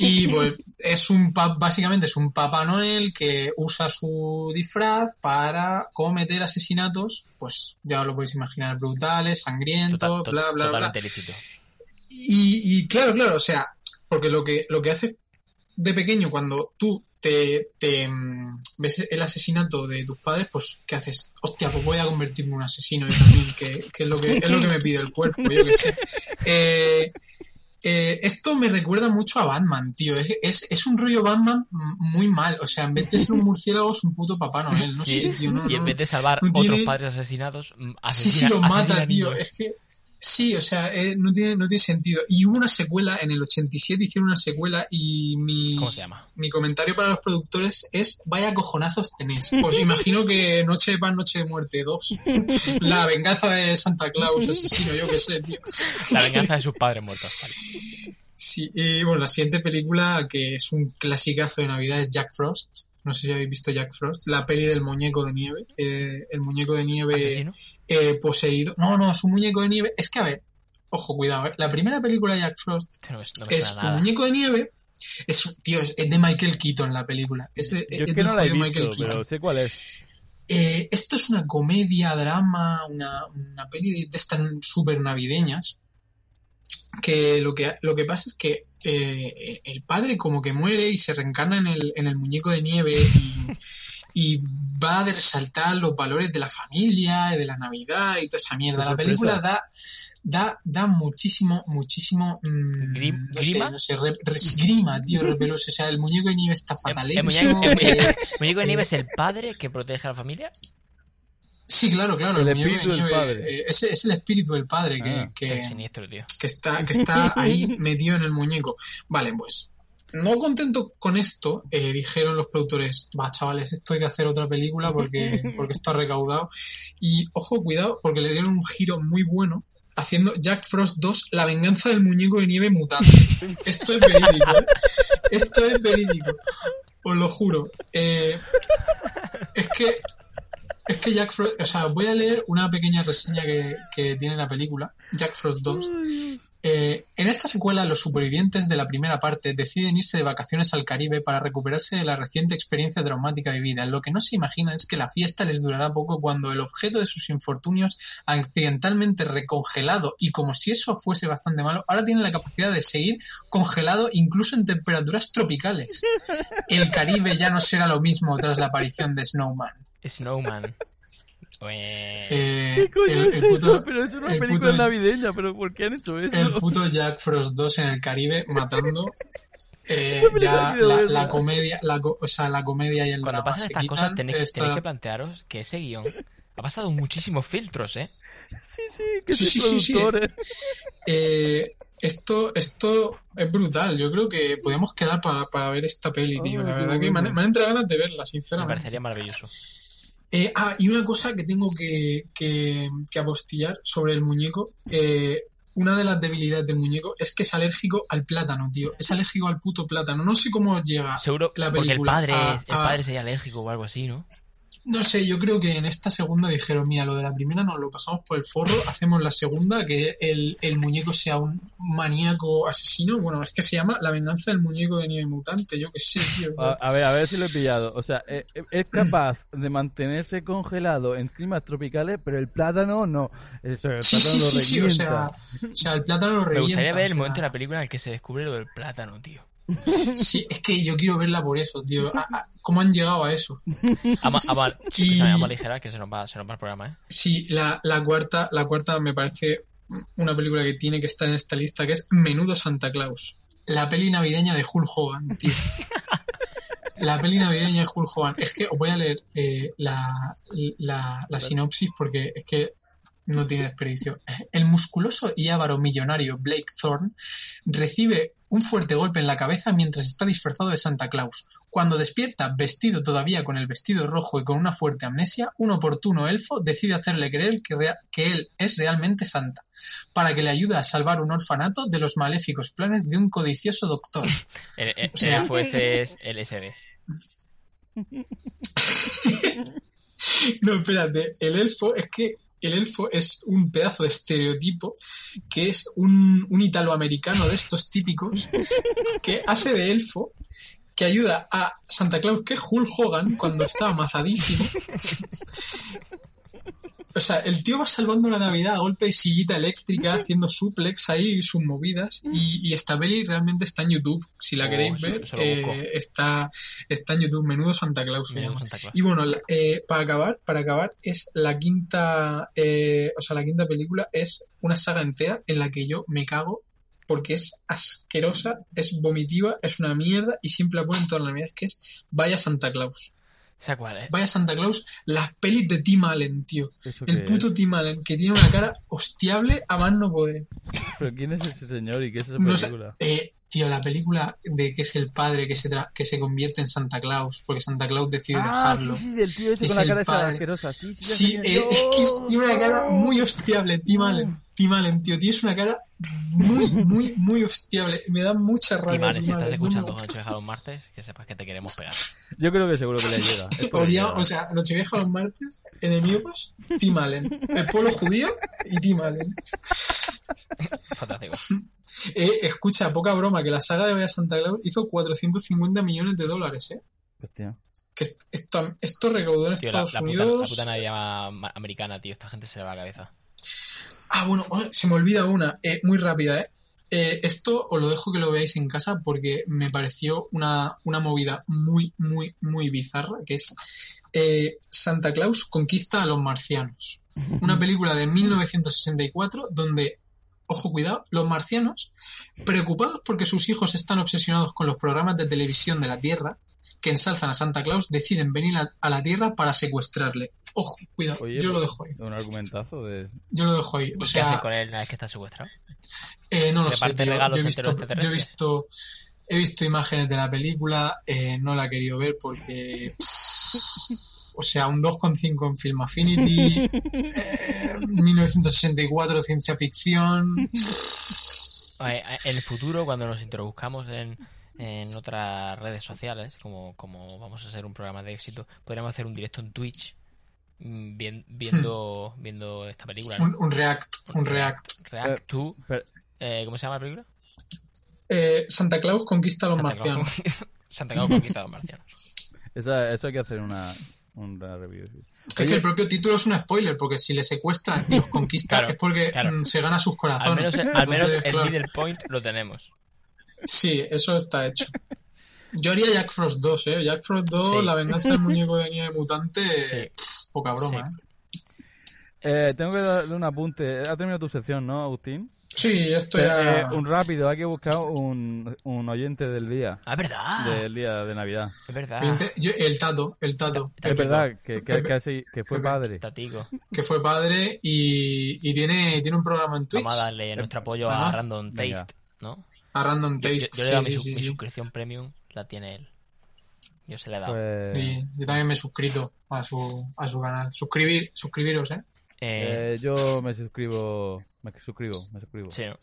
Y pues es un pa- básicamente es un Papá Noel que usa su disfraz para cometer asesinatos, pues ya os lo podéis imaginar, brutales, sangrientos, Total- to- bla bla bla. totalmente lícito. Y, y claro, claro, o sea, porque lo que, lo que haces de pequeño cuando tú te, te, mm, ves el asesinato de tus padres, pues ¿qué haces? Hostia, pues voy a convertirme en un asesino yo también, que, que es, lo que es lo que me pide el cuerpo, yo qué sé. Eh, eh, esto me recuerda mucho a Batman, tío. Es, es, es un rollo Batman mm, muy mal. O sea, en vez de ser un murciélago, es un puto Papá Noel. No Sí, sé, tío. No, y en no. vez de salvar No tiene- otros padres asesinados, mm, Sí, sí, asesina, lo asesina mata, tío. niños. Es que, sí, o sea, eh, no, tiene, no tiene sentido. Y hubo una secuela, en el 87 hicieron una secuela y mi, ¿Cómo se llama? mi comentario para los productores es, vaya cojonazos tenéis. Pues imagino que Noche de Pan, Noche de Muerte 2, la venganza de Santa Claus, asesino, yo qué sé, tío. La venganza de sus padres muertos. Vale. Sí, y bueno, la siguiente película que es un clasicazo de Navidad es Jack Frost. No sé si habéis visto Jack Frost, la peli del muñeco de nieve. Eh, el muñeco de nieve... Asesino. eh, poseído. No, no, es un muñeco de nieve. Es que, a ver, ojo, cuidado. eh. La primera película de Jack Frost Este No, es- no me es suena a un nada. muñeco de nieve. Es, un- tío, es, es de Michael Keaton la película. Es, de- Yo es es que del no la he jodido Michael visto, Keaton. pero sé cuál es. Eh, esto es una comedia, drama, una, una peli de, de estas súper navideñas. Que lo, que lo que pasa es que eh, el padre como que muere y se reencarna en el, en el muñeco de nieve y, y va a resaltar los valores de la familia, y de la Navidad y toda esa mierda. Qué La sorpresa. película da, da, da muchísimo, muchísimo... mm, Grim- no sé, grima? no sé, re- resgrima, tío, repeloso. O sea, el muñeco de nieve está El fatalísimo. muñeco, el muñeco- *laughs* eh, el muñeco de nieve es el padre que protege a la familia. Sí, claro, claro. El el muñeco espíritu de del nieve, padre. eh, es, es el espíritu del padre que, Ah. Qué que, siniestro, tío. que está, que está ahí metido en el muñeco. Vale, pues no contento con esto, eh, dijeron los productores, va chavales, esto hay que hacer otra película porque, porque esto ha recaudado. Y ojo, cuidado, porque le dieron un giro muy bueno haciendo Jack Frost 2, La venganza del muñeco de nieve mutante. Esto es verídico, ¿eh? Esto es verídico. Os lo juro. Eh, es que. Es que Jack Frost. O sea, voy a leer una pequeña reseña que, que tiene la película, Jack Frost 2. Eh, en esta secuela, los supervivientes de la primera parte deciden irse de vacaciones al Caribe para recuperarse de la reciente experiencia traumática vivida. Lo que no se imagina es que la fiesta les durará poco cuando el objeto de sus infortunios, accidentalmente recongelado, y como si eso fuese bastante malo, ahora tiene la capacidad de seguir congelado incluso en temperaturas tropicales. El Caribe ya no será lo mismo tras la aparición de Snowman. Snowman. Eh, Eh, ¿Qué coño el, es el puto, eso? Pero es una el película puto- navideña, pero ¿por qué han hecho eso? el puto Jack Frost 2 en el Caribe matando. eh, Esa película ya quiero la, verla. la comedia, la, co- o sea, la comedia y el Cuando drama pasan se estas quitan, cosas tenéis, esta- tenéis que plantearos que ese guión ha pasado muchísimos filtros, ¿eh? *laughs* Sí, sí, que Sí, soy sí, sí, sí. productor, ¿eh? eh, Esto, esto es brutal. Yo creo que podemos quedar para, para ver esta peli, tío. Oh, La qué verdad que me han, bueno. me han entrado ganas de verla, Me sinceramente. parecería maravilloso. Eh, ah, y una cosa que tengo que, que, que apostillar sobre el muñeco. eh, una de las debilidades del muñeco es que es alérgico al plátano, tío. Es alérgico al puto plátano. No sé cómo llega. Seguro la porque el película padre, a- es- el a- padre sería alérgico o algo así, ¿no? No sé, yo creo que en esta segunda dijeron, mira, lo de la primera nos lo pasamos por el forro, hacemos la segunda, que el, el muñeco sea un maníaco asesino. Bueno, es que se llama La venganza del muñeco de nieve mutante, yo qué sé, tío. A, a ver, a ver si lo he pillado. O sea, eh, eh, es capaz de mantenerse congelado en climas tropicales, pero el plátano no. Eso, el Sí, plátano sí, lo sí, sí, o sea, revienta. o sea, el plátano lo Me revienta. gustaría ver el o momento de sea. la película en el que se descubre lo del plátano, tío. Sí, es que yo quiero verla por eso, tío. A- a- ¿Cómo han llegado a eso? Ama, ama, Y- ama ligera, que se nos, va, se nos va el programa, ¿eh? Sí, la, la cuarta, la cuarta me parece una película que tiene que estar en esta lista, que es Menudo Santa Claus. La peli navideña de Hulk Hogan, tío. La peli navideña de Hulk Hogan. Es que os voy a leer eh, la, la- la sinopsis porque es que no tiene desperdicio. El musculoso y avaro millonario Blake Thorne recibe un fuerte golpe en la cabeza mientras está disfrazado de Santa Claus. Cuando despierta, vestido todavía con el vestido rojo y con una fuerte amnesia, un oportuno elfo decide hacerle creer que, rea- que él es realmente Santa, para que le ayude a salvar un orfanato de los maléficos planes de un codicioso doctor. El, el- O sea- el FS es LSD. *laughs* No, espérate, el elfo es que el elfo es un pedazo de estereotipo que es un, un italoamericano de estos típicos que hace de elfo que ayuda a Santa Claus, que es Hulk Hogan cuando está amazadísimo. O sea, el tío va salvando la Navidad a golpe de sillita eléctrica, haciendo suplex ahí sus movidas. Y, y esta peli realmente está en YouTube. Si la Oh, queréis se- ver, se lo eh, busco. está, está en YouTube. Menudo Santa Claus. se Me llama. llamo Santa Claus. Y bueno, la- eh, para acabar, para acabar, es la quinta, eh, o sea, la quinta película es una saga entera en la que yo me cago porque es asquerosa, es vomitiva, es una mierda y siempre la ponen toda la mierda, es que es Vaya Santa Claus. O sea, ¿cuál es? Vaya Santa Claus, las pelis de Tim Allen, tío. ¿Eso qué El es? puto Tim Allen, que tiene una cara hostiable a más no poder. ¿Pero quién es ese señor y qué es esa No sé. película? Eh, tío, la película de que es el padre que se, tra- que se convierte en Santa Claus, porque Santa Claus decide Ah, dejarlo. sí, sí, del tío ese Es con la el cara esa padre. asquerosa. Sí, sí, ya Sí, sé quién eh, es que es- ¡No! tiene una cara muy hostiable, Tim Allen. Tim Allen, tío, tienes una cara muy, muy, muy hostiable. Me da mucha rabia. Y vale, si Tim estás Allen, no me escuchando gusta. Noche Vieja los martes, que sepas que te queremos *laughs* pegar. Yo creo que seguro que le llega. Es por Odia- ahí, ¿no? o sea, Nochevieja los martes, enemigos, Tim Allen. El pueblo judío y Tim Allen. Fantástico. Eh, escucha, poca broma, que la saga de Vaya Santa Claus hizo 450 millones de dólares, ¿eh? Hostia. Que esto, esto recaudó en Tío, la, Estados la puta, la Unidos. puta Navidad ma- ma- americana, tío. Esta gente se le va la cabeza. Ah, bueno, oh, se me olvida una, eh, muy rápida, ¿eh? Eh, Esto os lo dejo que lo veáis en casa porque me pareció una, una movida muy, muy, muy bizarra, que es eh, Santa Claus conquista a los marcianos. Una película de 1964 donde, ojo cuidado, los marcianos, preocupados porque sus hijos están obsesionados con los programas de televisión de la Tierra, que ensalzan a Santa Claus, deciden venir a, a la Tierra para secuestrarle. Ojo, cuidado, Oye, yo lo pues, dejo ahí. Un argumentazo de... Yo lo dejo ahí. O ¿Qué sea, haces con él una vez que está secuestrado? eh, no lo sé, Reparte tío. regalos este Yo he, entre los visto, yo he extraterrestres. visto he visto imágenes de la película, eh, no la he querido ver porque o sea, un 2,5 en Film Affinity, eh, 1964 ciencia ficción, Eh, eh, En el futuro, cuando nos introduzcamos en, en otras redes sociales, como, como vamos a hacer un programa de éxito, podríamos hacer un directo en Twitch mm, vien- viendo, Hmm. viendo esta película. ¿no? un, un react, un react. React to, pero- eh, ¿Cómo se llama la película? Eh, Santa Claus conquista a los Santa Claus marcianos. con- *laughs* Santa Claus conquista a los *laughs* marcianos. Esa, eso hay que hacer una, una review. sí. Es que el propio título es un spoiler, porque si le secuestran y los conquista Claro, es porque claro. mm, se gana sus Al corazones. menos, al menos Entonces, el claro. middle point lo tenemos. Sí, eso está hecho. Yo haría Jack Frost 2, ¿eh? Jack Frost 2, Sí. la venganza del muñeco de nieve mutante, Sí. poca broma, ¿eh? Eh, tengo que dar un apunte. Ha terminado tu sección, ¿no, Agustín? ¿eh? Sí, yo estoy Eh, a- un rápido, hay que buscar un, un oyente del día, Ah, es verdad. del día de Navidad. Es verdad. Inte- yo- el tato, el tato. Ta- Es verdad que, que, Pepe. que así- que fue Pepe. padre. Tatico. que fue padre y, y tiene, tiene un programa en Twitch Vamos a darle nuestro apoyo a Ajá. Random Taste, Venga. ¿no? a Random Yo, yo- Ah. Taste. yo le he dado sí, mi, sí, su- sí, mi sí. suscripción premium, la tiene él. Yo se la he dado. Pues, Sí, yo también me he suscrito a su, a su canal. Suscribir, suscribiros, ¿eh? Eh, eh, yo me suscribo, me suscribo, me suscribo. sí, ¿no?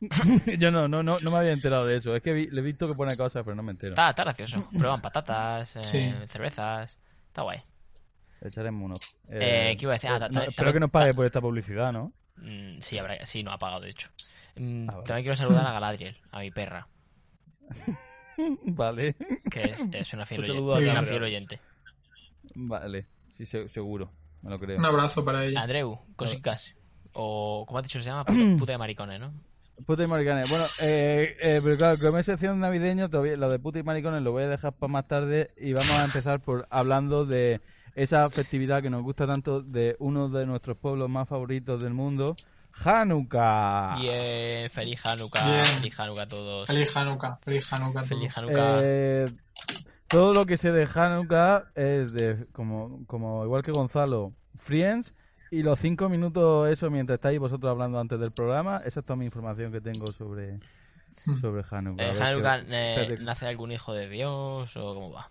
*laughs* Yo no, no, no, no me había enterado de eso. Es que vi- le he visto que pone cosas, pero no me entero. Está, está *laughs* gracioso. Prueban patatas, eh, Sí. cervezas. Está guay. Echaremos unos. Eh, ¿qué iba a decir? Ah, ta- no, ta- espero que también- nos pague por esta publicidad, ¿no? *laughs* Mm, sí, habrá, sí, no ha pagado, de hecho. Mm, Ah, vale. También quiero saludar a Galadriel, a mi perra, Vale, que es, es una fiel Un oyente. saludo a una Galadriel. fiel oyente. vale. Sí, se- seguro. Me lo creo. Un abrazo para ella. Andreu, cosicas. O, ¿cómo has dicho? Se llama puta, puta de maricones, ¿no? Puta y maricones. Bueno, eh, eh, pero claro, como es sección navideño, todavía lo de puta y maricones lo voy a dejar para más tarde y vamos a empezar por hablando de esa festividad que nos gusta tanto de uno de nuestros pueblos más favoritos del mundo, Hanukkah. Bien, eh, feliz Hanukkah, Bien. feliz Hanukkah a todos. Feliz Hanukkah, feliz Hanukkah. a todos. Feliz Hanukkah. Eh, todo lo que sé de Hanukkah es de, como, como igual que Gonzalo, Friends y los cinco minutos eso mientras estáis vosotros hablando antes del programa. Esa es toda mi información que tengo sobre, Hmm. sobre Hanukkah. Eh, A ver, Hanukkah, creo- eh, espérate. ¿nace algún hijo de Dios o cómo va?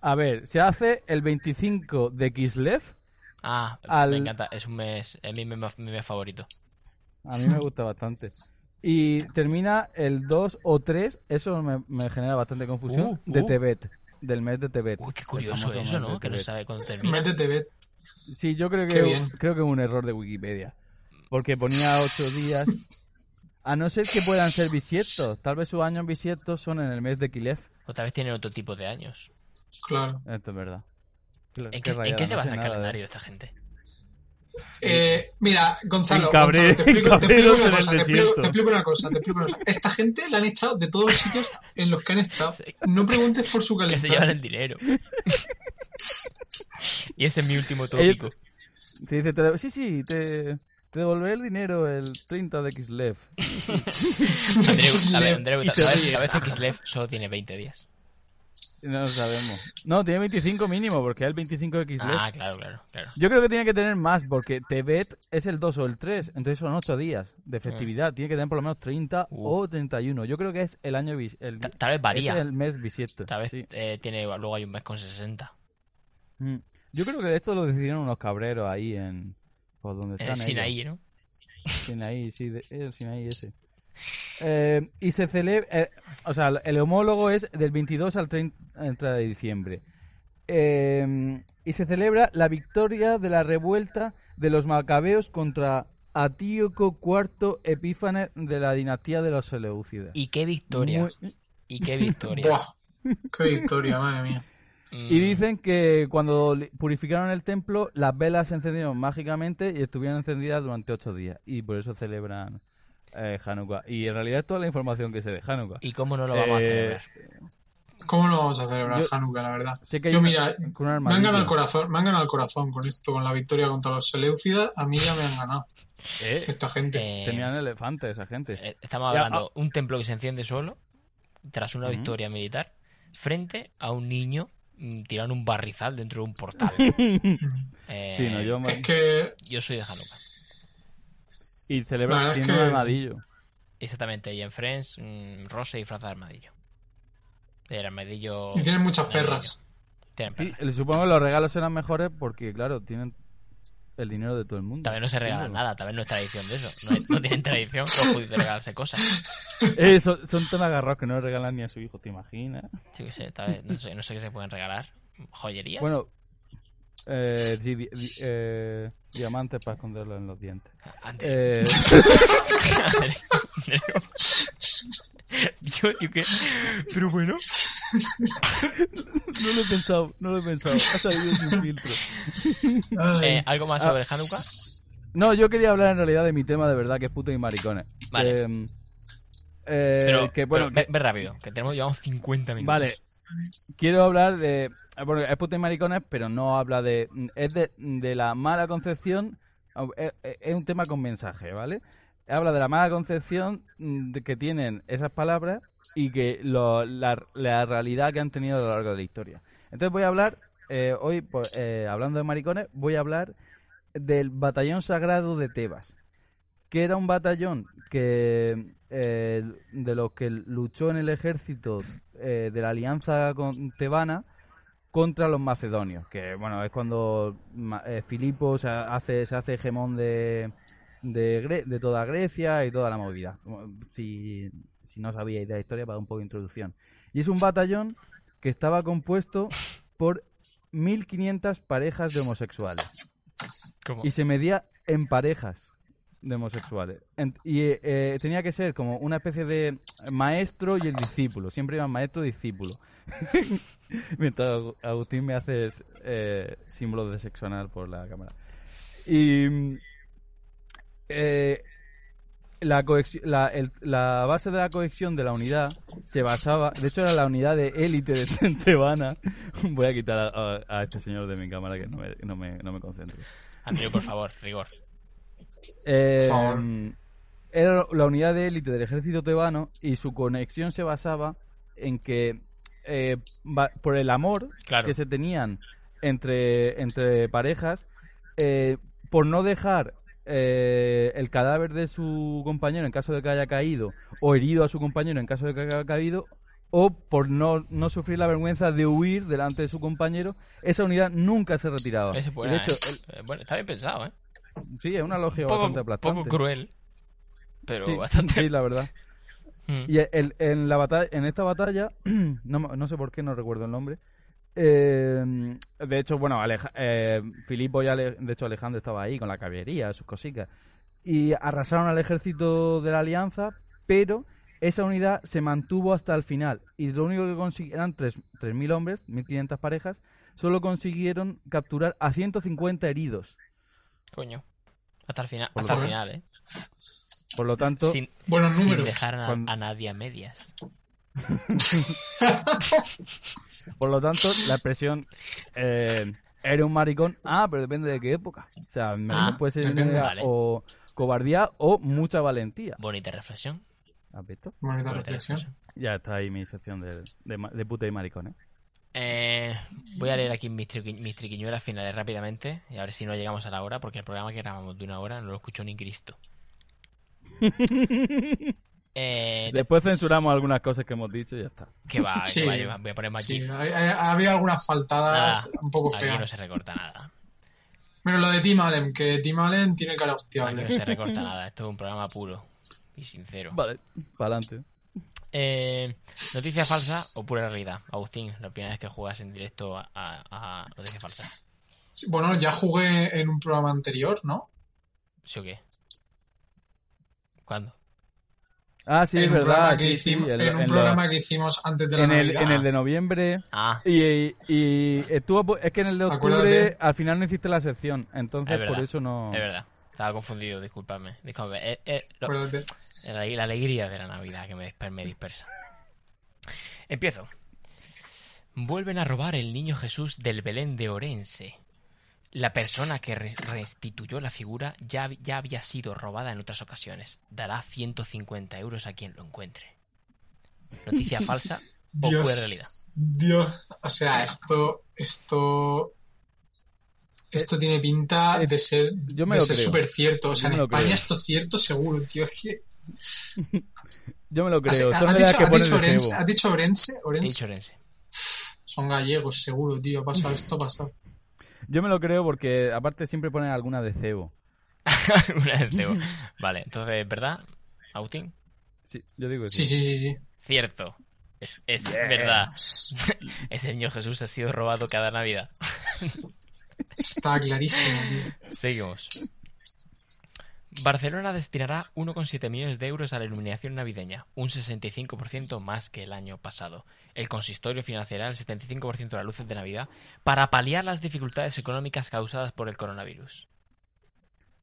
A ver, se hace el 25 de Kislev. Ah, Al- me encanta, es un mes, es mi mes, mi mes favorito. A mí me gusta bastante. Y termina el 2 o 3, eso me, me genera bastante confusión, Uh, de uh. Tebet, del mes de Tebet. Uy, qué El curioso famoso mes eso, de ¿no? Que no Tebet. se sabe cuándo termina. Métete, Bet. Sí, yo creo Qué que, bien. creo que es un error de Wikipedia. Porque ponía ocho días. A no ser que puedan ser bisiectos. Tal vez sus años bisiectos son en el mes de Kilev. O tal vez tienen otro tipo de años. Claro. Esto es verdad. Claro, ¿En qué, en rayada, qué se no sé basa el nada de- calendario de esta gente? Eh, mira, Gonzalo, En Cabré- Gonzalo, te explico, en te explico Cabreros en una el cosa, te explico, desierto. te explico una cosa, te explico una cosa. Esta gente la han echado de todos los sitios en los que han estado. Sí. No preguntes por su Que se llevan *laughs* calendario. el dinero. *laughs* y ese es mi último Ellos- tópico. Te dice, te de- sí, sí, te, te devolveré el dinero el 30 de Kislev. Andreu, a ver, Kislev. Andreu, Y se ¿sabes? ríe. Tal vez Kislev solo tiene 20 días. No lo sabemos. No, tiene 25 mínimo, porque es el 25 de Kislev. Ah, claro, claro, claro. Yo creo que tiene que tener más, porque Tebet es el 2 o el 3, entonces son 8 días de festividad. Tiene que tener por lo menos 30 Uh. o 31. Yo creo que es el año bis, el, Ta- Tal vez es varía. el mes bisiesto. Tal vez sí. eh, tiene, luego hay un mes con 60. Mm. Yo creo que esto lo decidieron unos cabreros ahí en... Por donde Eh, están ellos. Sinaí, ¿no? Sinaí, sí, de- el Sinaí ese. Eh, y se celebra, o sea, el homólogo es del 22 al 30 de diciembre. Eh, y se celebra la victoria de la revuelta de los macabeos contra Atíoco IV Epífanes de la dinastía de los Seleucidas. Y qué victoria. Muy- Y qué victoria. Buah, qué victoria, madre mía. Mm, y dicen que cuando li- purificaron el templo, las velas se encendieron mágicamente y estuvieron encendidas durante ocho días. Y por eso celebran eh, Hanukkah. Y en realidad es toda la información que se de Hanukkah. ¿Y cómo no lo vamos Eh, a celebrar? ¿Cómo lo vamos a celebrar Yo- Hanukkah, la verdad? Sé que hay Yo, una- mira, con un Me han ganado el armadillo. corazón, me han ganado el corazón con esto, con la victoria contra los Seleucidas, a mí ya me han ganado Eh, esta gente. Eh, Tenían elefantes esa gente. eh, estamos Ya, ah. hablando un templo que se enciende solo tras una Ujú. victoria militar frente a un niño mm, tirado en un barrizal dentro de un portal. *laughs* Eh, Sí, no, yo me- Es que yo soy de Hanukkah. Y la celebran verdad es tiene un que- armadillo. Exactamente, y en Friends, mm, Rose disfraza de armadillo. El armadillo. y tienen muchas No, perras. tienen Sí, perras. le supongo que los regalos eran mejores porque, claro, tienen el dinero de todo el mundo. Tal vez no se regalan Claro. nada, tal vez no es tradición de eso. No, es- no tienen tradición los judíos de regalarse cosas. Eh, son, son tan agarrados que no le regalan ni a su hijo, ¿te imaginas? Yo qué sé, tal vez, no sé, no sé qué se pueden regalar. ¿Joyerías? Bueno, eh, sí, di- di- eh, diamantes para esconderlo en los dientes. Antes- *laughs* Eh, *laughs* Yo, yo qué. Pero bueno. no lo he pensado, no lo he pensado. Ha salido sin filtro. Ay, Eh, ¿Algo más Ah. sobre Hanukkah? No, yo quería hablar en realidad de mi tema de verdad, que es puto y maricones. Vale. Eh, eh, Pero, que bueno, pero ve, que- ve rápido, que tenemos llevamos 50 minutos. Vale. Quiero hablar de. Bueno, es puta y maricones, pero no habla de. eh, Es de, de la mala concepción. Es, es un tema con mensaje, ¿vale? habla de la mala concepción mm, de que tienen esas palabras y que lo- la, la realidad que han tenido a lo largo de la historia. Entonces voy a hablar, eh, hoy pues, eh, hablando de maricones, voy a hablar del batallón sagrado de Tebas, que era un batallón que eh, de los que luchó en el ejército eh, de la alianza con tebana contra los macedonios, que bueno es cuando ma- eh, Filipo se hace se hace hegemón de de, Gre- de toda Grecia y toda la movida. Si, si no sabíais de la historia, para un poco de introducción. Y es un batallón que estaba compuesto por 1.500 parejas de homosexuales Como- y se medía en parejas de homosexuales. En- y eh, eh, tenía que ser como una especie de maestro y el discípulo. Siempre iba maestro y discípulo. *laughs* Mientras Agu- Agustín me hace eh, símbolos de sexo anal por la cámara. Y mm, eh, la, coexi- la, el- la base de la cohesión de la unidad se basaba, de hecho era la unidad de élite de *laughs* Tebana. Voy a quitar a, a- a este señor de mi cámara que no me, no me, no me concentro. Andreu, por favor, rigor. Eh, Por favor. era la unidad de élite del ejército tebano y su conexión se basaba en que eh, va- por el amor Claro. que se tenían entre, entre parejas, eh, por no dejar eh, el cadáver de su compañero en caso de que haya caído, o herido a su compañero en caso de que haya caído, o por no, no sufrir la vergüenza de huir delante de su compañero, esa unidad nunca se retiraba. Ese Y buena, de hecho, ¿eh? Eh, bueno, está bien pensado, ¿eh? el- sí, es una logia Un Este bastante poco, aplastante. poco cruel, pero Sí, bastante... sí, la *laughs* verdad. Mm. Y el- en, la batalla, en esta batalla, *clears throat* no, me- no sé por qué, no recuerdo el nombre. eh, de hecho, bueno, Aleja- eh, Filipo y Ale- de hecho Alejandro estaba ahí con la caballería, sus cositas. Y arrasaron al ejército de la Alianza, pero esa unidad se mantuvo hasta el final. Y lo único que consiguieron, eran tres- 3.000 hombres, 1.500 parejas, solo consiguieron capturar a 150 heridos. Coño. Hasta el final, Por hasta el favor. final, ¿eh? Por lo tanto, Sin, Buenos sin números. dejar a, Cuando- a nadie a medias. Por lo tanto, la expresión eh, era un maricón. Ah, pero depende de qué época. O sea, maricón Ah, puede ser depende, una vale. o cobardía o mucha valentía. Bonita reflexión. ¿Has visto? Bonita bonita reflexión. reflexión. Ya está ahí mi sección de, de, ma- de puta y maricón, ¿eh? Eh, voy a leer aquí mis, triqui- mis triquiñuelas finales rápidamente y a ver si no llegamos a la hora, porque el programa que grabamos de una hora no lo escuchó ni *laughs* Cristo. eh, Después censuramos algunas cosas que hemos dicho y ya está. que va, que Sí. va, yo voy a poner más Sí, aquí. hay- hay- ha habido algunas faltadas Nada, un poco aquí feas. no se recorta nada. Menos lo de Tim Allen, que Tim Allen tiene cara Aquí no hostiable. se recorta nada. Esto es un programa puro y sincero. Vale, para adelante. Eh, noticia falsa o pura realidad. Agustín, la primera vez que juegas en directo a, a- a noticia falsa. Sí, Bueno, ya jugué en un programa anterior, ¿no? ¿Sí o qué? ¿Cuándo? Ah, sí, en es un programa verdad. que sí, sí, hicimos, el- en un en lo- programa que hicimos antes de la en el, Navidad. en el de noviembre. Ah, Y, y, y estuvo. po- Es que en el de octubre Acuérdate. al final no hiciste la sección. Entonces, Es verdad, por eso no. es verdad. Estaba confundido, discúlpame. Discúlpame. Eh, eh, lo- Acuérdate. la, la alegría de la Navidad que me, disper- me dispersa. Empiezo. Vuelven a robar el niño Jesús del Belén de Orense. La persona que re- restituyó la figura ya, hab- ya había sido robada en otras ocasiones. Dará 150 euros a quien lo encuentre. Noticia falsa o pura realidad. Dios, Dios, o sea, esto, esto, esto tiene pinta eh, de ser, yo me de lo ser creo. súper cierto. O Yo sea, me en lo España creo. esto es cierto seguro, tío. Es que Yo me lo has, creo. has Son de las dicho, que has ponen dicho de Orense, cebo. has dicho Orense, He Orense. dicho Orense. Son gallegos, seguro, tío. Ha pasado esto, ha pasado. Yo me lo creo porque aparte siempre ponen alguna de cebo. Una del cebo. Vale, entonces, ¿verdad, Agustín? Sí, yo digo que Sí, sí. sí, sí, sí. Cierto. Es, es verdad. *laughs* Ese niño Jesús ha sido robado cada Navidad. Está clarísimo, tío. Seguimos. Barcelona destinará 1,7 millones de euros a la iluminación navideña, un 65% más que el año pasado. El consistorio financiará el 75% de las luces de Navidad para paliar las dificultades económicas causadas por el coronavirus.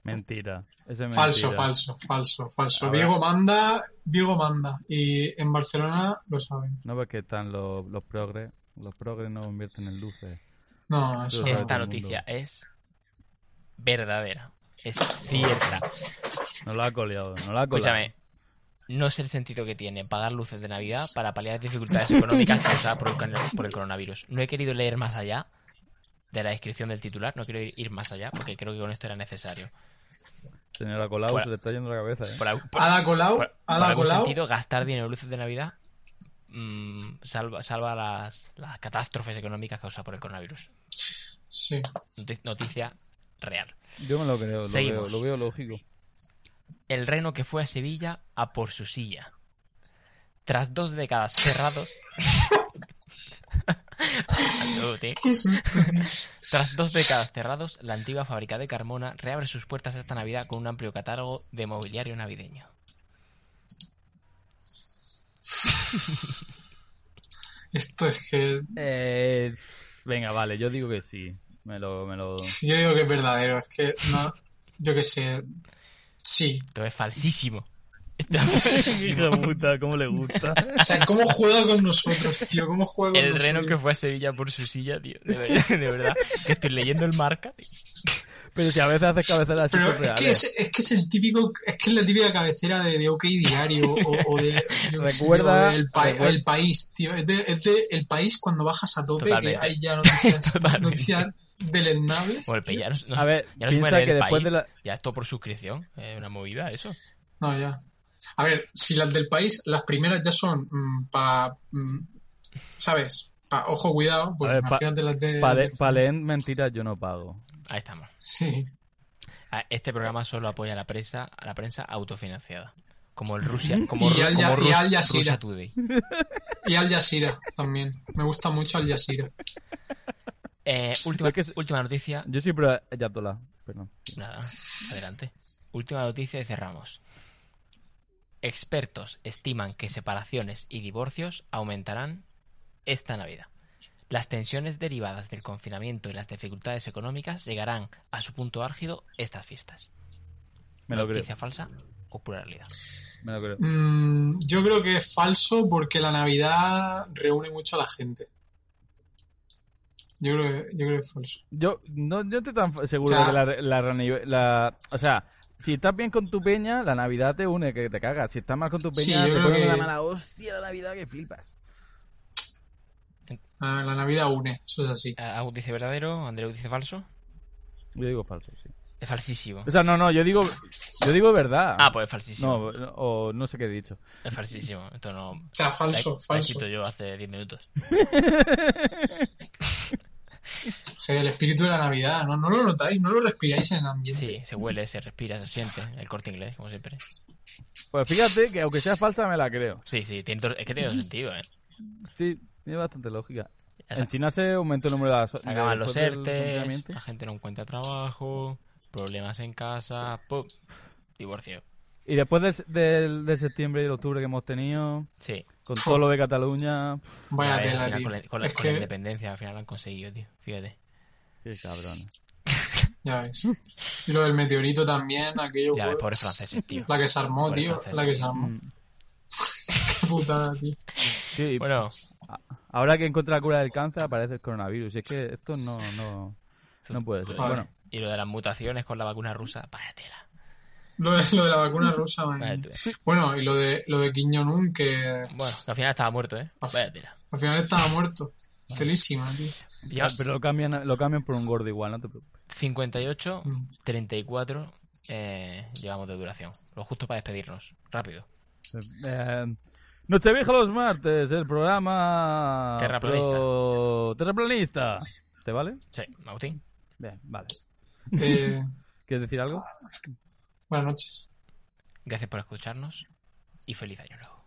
Mentira. Ese es Falso, mentira. falso, falso, falso. Ahora- Vigo manda, Vigo manda. Y en Barcelona lo saben. No ves que están los, los progres. Los progres no invierten en luces. No, eso Claro, Esta todo el mundo. noticia es verdadera. es cierta. No la ha coleado, no la ha colado. Escúchame, no sé el sentido que tiene pagar luces de Navidad para paliar dificultades económicas causadas por el, con- por el coronavirus. No he querido leer más allá de la descripción del titular, no quiero ir, ir más allá porque creo que con esto era necesario. Señora Colau, Fuera. se le está yendo la cabeza, ¿eh? Por, al- por- Ada Colau, por- por Ada algún Colau. sentido, gastar dinero en luces de Navidad mm, salva, salva las, las catástrofes económicas causadas por el coronavirus. Sí. *laughs* Noti- Noticia real. Yo me lo creo, lo veo, Seguimos. lo veo lógico. El reino que fue a Sevilla a por su silla. Tras dos décadas cerrados. *laughs* Salute. Qué susto, tío. Tras dos décadas cerrados, la antigua fábrica de Carmona reabre sus puertas esta Navidad con un amplio catálogo de mobiliario navideño. Esto es que. Eh, venga, vale, yo digo que sí. Me lo, me *laughs* lo... Yo digo que es verdadero, es que no. Yo qué sé. Sí. Esto es falsísimo. Esto es falsísimo. puta, cómo le gusta. O sea, ¿cómo juega con nosotros, tío? ¿Cómo juega con El nosotros? reno que fue a Sevilla por su silla, tío. De verdad, *laughs* de verdad. Que estoy leyendo el marca. Pero si a veces haces cabeceras así Pero son es que reales. es, es que es el típico, es que es la típica cabecera de, de OK Diario o, o de, yo qué sé, Recuerda- o de el, Pa- recuerda- El país, tío. Es de, es de el país cuando bajas a tope Totalmente. que hay ya noticias, Totalmente. noticias deleznables. Bueno, pues ya nos- nos- A ver, ya nos piensa muere que el después país. de la... Ya esto por suscripción. Es una movida, eso. No, ya. A ver, si las del país, las primeras ya son para, ¿sabes? Pa, ojo, cuidado, porque A ver, pa- imagínate las de... Para las de- leer mentiras yo no pago. Ahí estamos. *laughs* Sí. Ah, Este programa solo apoya a la prensa, a la prensa autofinanciada. Como el *laughs* Rusia, como, Y Ru- Al- como y Rus- Al Jazeera. Rusia Today. Y Al Jazeera también. Me gusta mucho Al Jazeera. Eh, última, Es que- última noticia. Yo siempre... Ya, Tola, perdón. Nada, adelante. Última noticia y cerramos. Expertos estiman que separaciones y divorcios aumentarán esta Navidad. Las tensiones derivadas del confinamiento y las dificultades económicas llegarán a su punto álgido estas fiestas. Me lo creo, ¿Noticia falsa o pura realidad? me lo creo. Mm, yo creo que es falso porque la Navidad reúne mucho a la gente. Yo creo que, yo creo que es falso. Yo no, yo estoy tan seguro O sea- de la, re- la reuni- la- O sea, si estás bien con tu peña, la Navidad te une, que te cagas. Si estás mal con tu Sí, peña, yo te creo pone que- una mala hostia la Navidad que flipas. Ah, La Navidad une, eso es así. Eh, Agus dice verdadero, Andreu dice falso. Yo digo falso, sí. Es falsísimo. O sea, no, no, yo digo... Yo digo verdad. Ah, pues es No, falsísimo. no, o no sé qué he dicho. Es falsísimo. Esto no. O sea, falso, la- la falso. quito yo hace 10 minutos. Que El espíritu de la Navidad, ¿no? No lo notáis, no lo respiráis en el ambiente. Sí, se huele, se respira, se siente. El corte inglés, como siempre. Pues fíjate que aunque sea falsa, me la creo. Sí, sí, tiene to- es que tiene todo sentido, ¿eh? Sí, tiene bastante lógica. Ya En se, China se aumentó el número de las... se acaban los después del ERTES, Ah. confinamiento. la gente no encuentra trabajo, problemas en casa, ¡pum! Divorcio. Y después del, del- de septiembre y el octubre que hemos tenido, Sí. con todo lo de Cataluña... pff, Vaya Ya ves, tela, al final tío. con, la, con la- Es con la que- independencia, al final lo han conseguido, tío. Fíjate. Qué cabrón. Ya ves. Y lo del meteorito también, Ya aquello. fue- ves, pues, pobres franceses, tío. La que se armó, Pobre tío. francés, La que se tío. armó. Qué putada, tío. Sí, y Bueno, ahora que encuentra la cura del cáncer aparece el coronavirus. Y es que esto no, no, no puede ser. Joder. Bueno, y lo de las mutaciones con la vacuna rusa, vaya tela. Lo de, lo de la vacuna rusa, man. Vaya tela. Bueno, y lo de, lo de Kim Jong-un, que Bueno, que al final estaba muerto, ¿eh? Vaya tela. al final estaba muerto. Telísima, tío. Ya, pero lo cambian, lo cambian por un gordo igual, no te preocupes. 58, Mm. 34 eh, llevamos de duración. Lo justo para despedirnos. Rápido. Eh, Nochevieja los martes, el programa... Terraplanista. pro- Terraplanista. ¿Te vale? Sí, Agustín. Bien, vale. Eh, ¿Quieres decir algo? buenas noches. Gracias por escucharnos y feliz año nuevo.